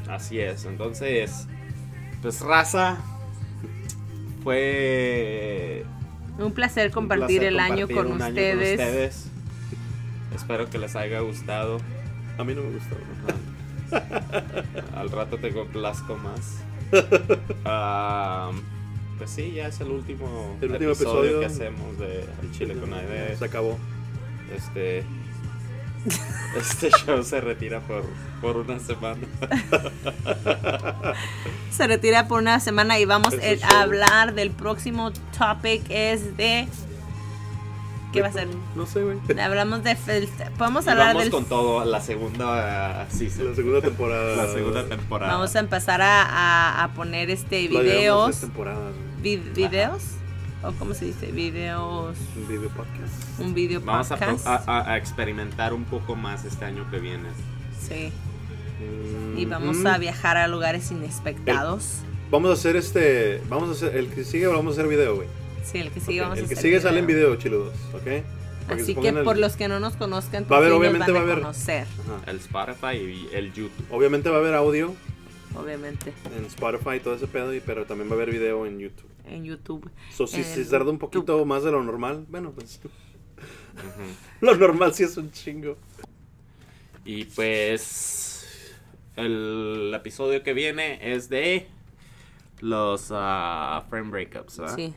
C: Así es, entonces, pues raza fue
B: Un placer
C: un
B: compartir
C: placer
B: el año,
C: compartir
B: con,
C: un año
B: ustedes.
C: ustedes. Espero que les haya gustado.
D: A mí no me gustó. ¿no?
C: Al rato te complazco más. Ah, pues sí, ya es el último,
D: El último episodio.
C: que hacemos de Al Chile con ADE.
D: Se acabó.
C: Este, este show se retira por, por una semana.
B: Se retira por una semana y vamos
D: Eso es
B: el-
D: todo.
B: a hablar del próximo topic es de ¿Qué va a ser?
D: No sé, güey.
B: Hablamos de fel- podemos
C: Y
B: hablar
C: vamos
B: del
C: con todo la segunda season.
D: La segunda temporada.
C: La segunda temporada.
B: Vamos a empezar a, a- a poner este
D: Lo este llevamos tres
B: videos
D: temporadas, güey.
B: vi- videos o cómo se dice videos
D: Un video podcast.
B: un video
C: Vamos a, pro-
B: podcast
C: a- a- a experimentar un poco más este año que viene.
B: sí y vamos
D: Mm,
B: a viajar a lugares inespectados
D: Vamos a hacer este. Vamos a hacer. El que sigue, vamos a hacer video, güey.
B: sí el que
D: Ok,
B: sigue vamos
D: el
B: a
D: que
B: hacer
D: sigue sale en video, chiludos, ¿ok? Para se
B: así que
D: pongan el-
B: por los que no nos conozcan
D: Va a haber,
B: sí nos
D: obviamente
B: van
D: va a haber.
B: conocer
D: Ajá.
C: El Spotify y el YouTube.
D: Obviamente va a haber audio
B: obviamente
D: en Spotify y todo ese pedo, y- pero también va a haber video en YouTube.
B: en YouTube
D: So, si
B: En
D: si se tarda un poquito
B: YouTube.
D: más de lo normal, bueno, pues
C: Ujú.
D: lo normal sí es un chingo.
C: Y pues el episodio que viene es de los ah, frame breakups. ¿verdad?
B: sí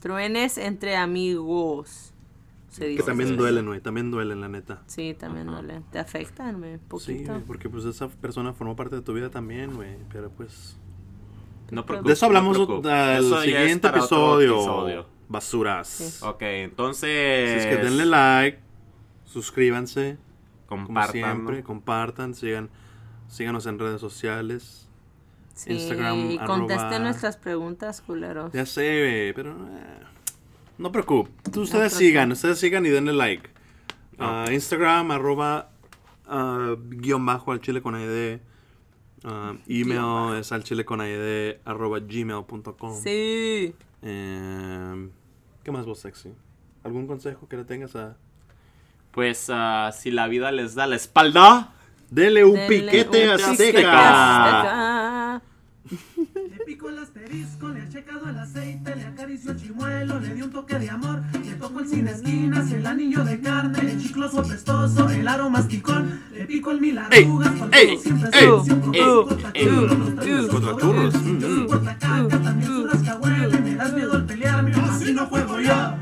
B: truenes entre amigos se dice
D: Que también duelen, güey, también duelen, la neta.
B: sí también
C: Ajá.
B: duelen te afectan güey, un
D: Sí,
B: poquito
D: güey, porque pues esa persona formó parte de tu vida también, güey, pero pues...
C: No preocup-
D: De eso hablamos
C: no preocup-
D: al
C: Eso ya es
D: siguiente
C: para otro
D: episodio.
C: episodio.
D: Basuras.
B: Sí.
C: Ok, entonces.
D: Así es que denle like, suscríbanse, como
C: Compartan.
D: siempre, compartan, sigan, síganos en redes sociales.
B: Sí,
D: Instagram,
B: y contesten
D: arroba-
B: nuestras preguntas, culeros.
D: Ya sé, güey, pero eh, no preocupen. Ustedes
B: preocup-
D: sigan, ustedes sigan y denle like. Ah, Instagram, arroba, ah, guión bajo al chile con ID. Ah, email es al chile con ID, arroba gmail.com.
B: Sí.
D: Em, ¿Qué más vos, sexy? ¿Algún consejo que le tengas a...?
C: Pues ah, si la vida les da la espalda.
D: Dele un
B: Denle
D: piquete
B: un
D: azteca.
B: piquete azteca.
A: Le pico el asterisco, le ha checado el aceite, le acarició el chimuelo, le dio un toque de amor, le toco el sin esquinas, el anillo de carne, el chicloso apestoso, el aro masticón, le pico el mil arrugas, porque
C: ey,
A: siempre
C: ey,
A: es siempre
C: ey,
A: un corta
C: ey,
A: churros,
C: ey,
A: los tacos
D: contra
A: son
D: churros,
A: sabores, yo soy corta caca, también soy rascahuele, me das miedo al pelearme, así no juego yo.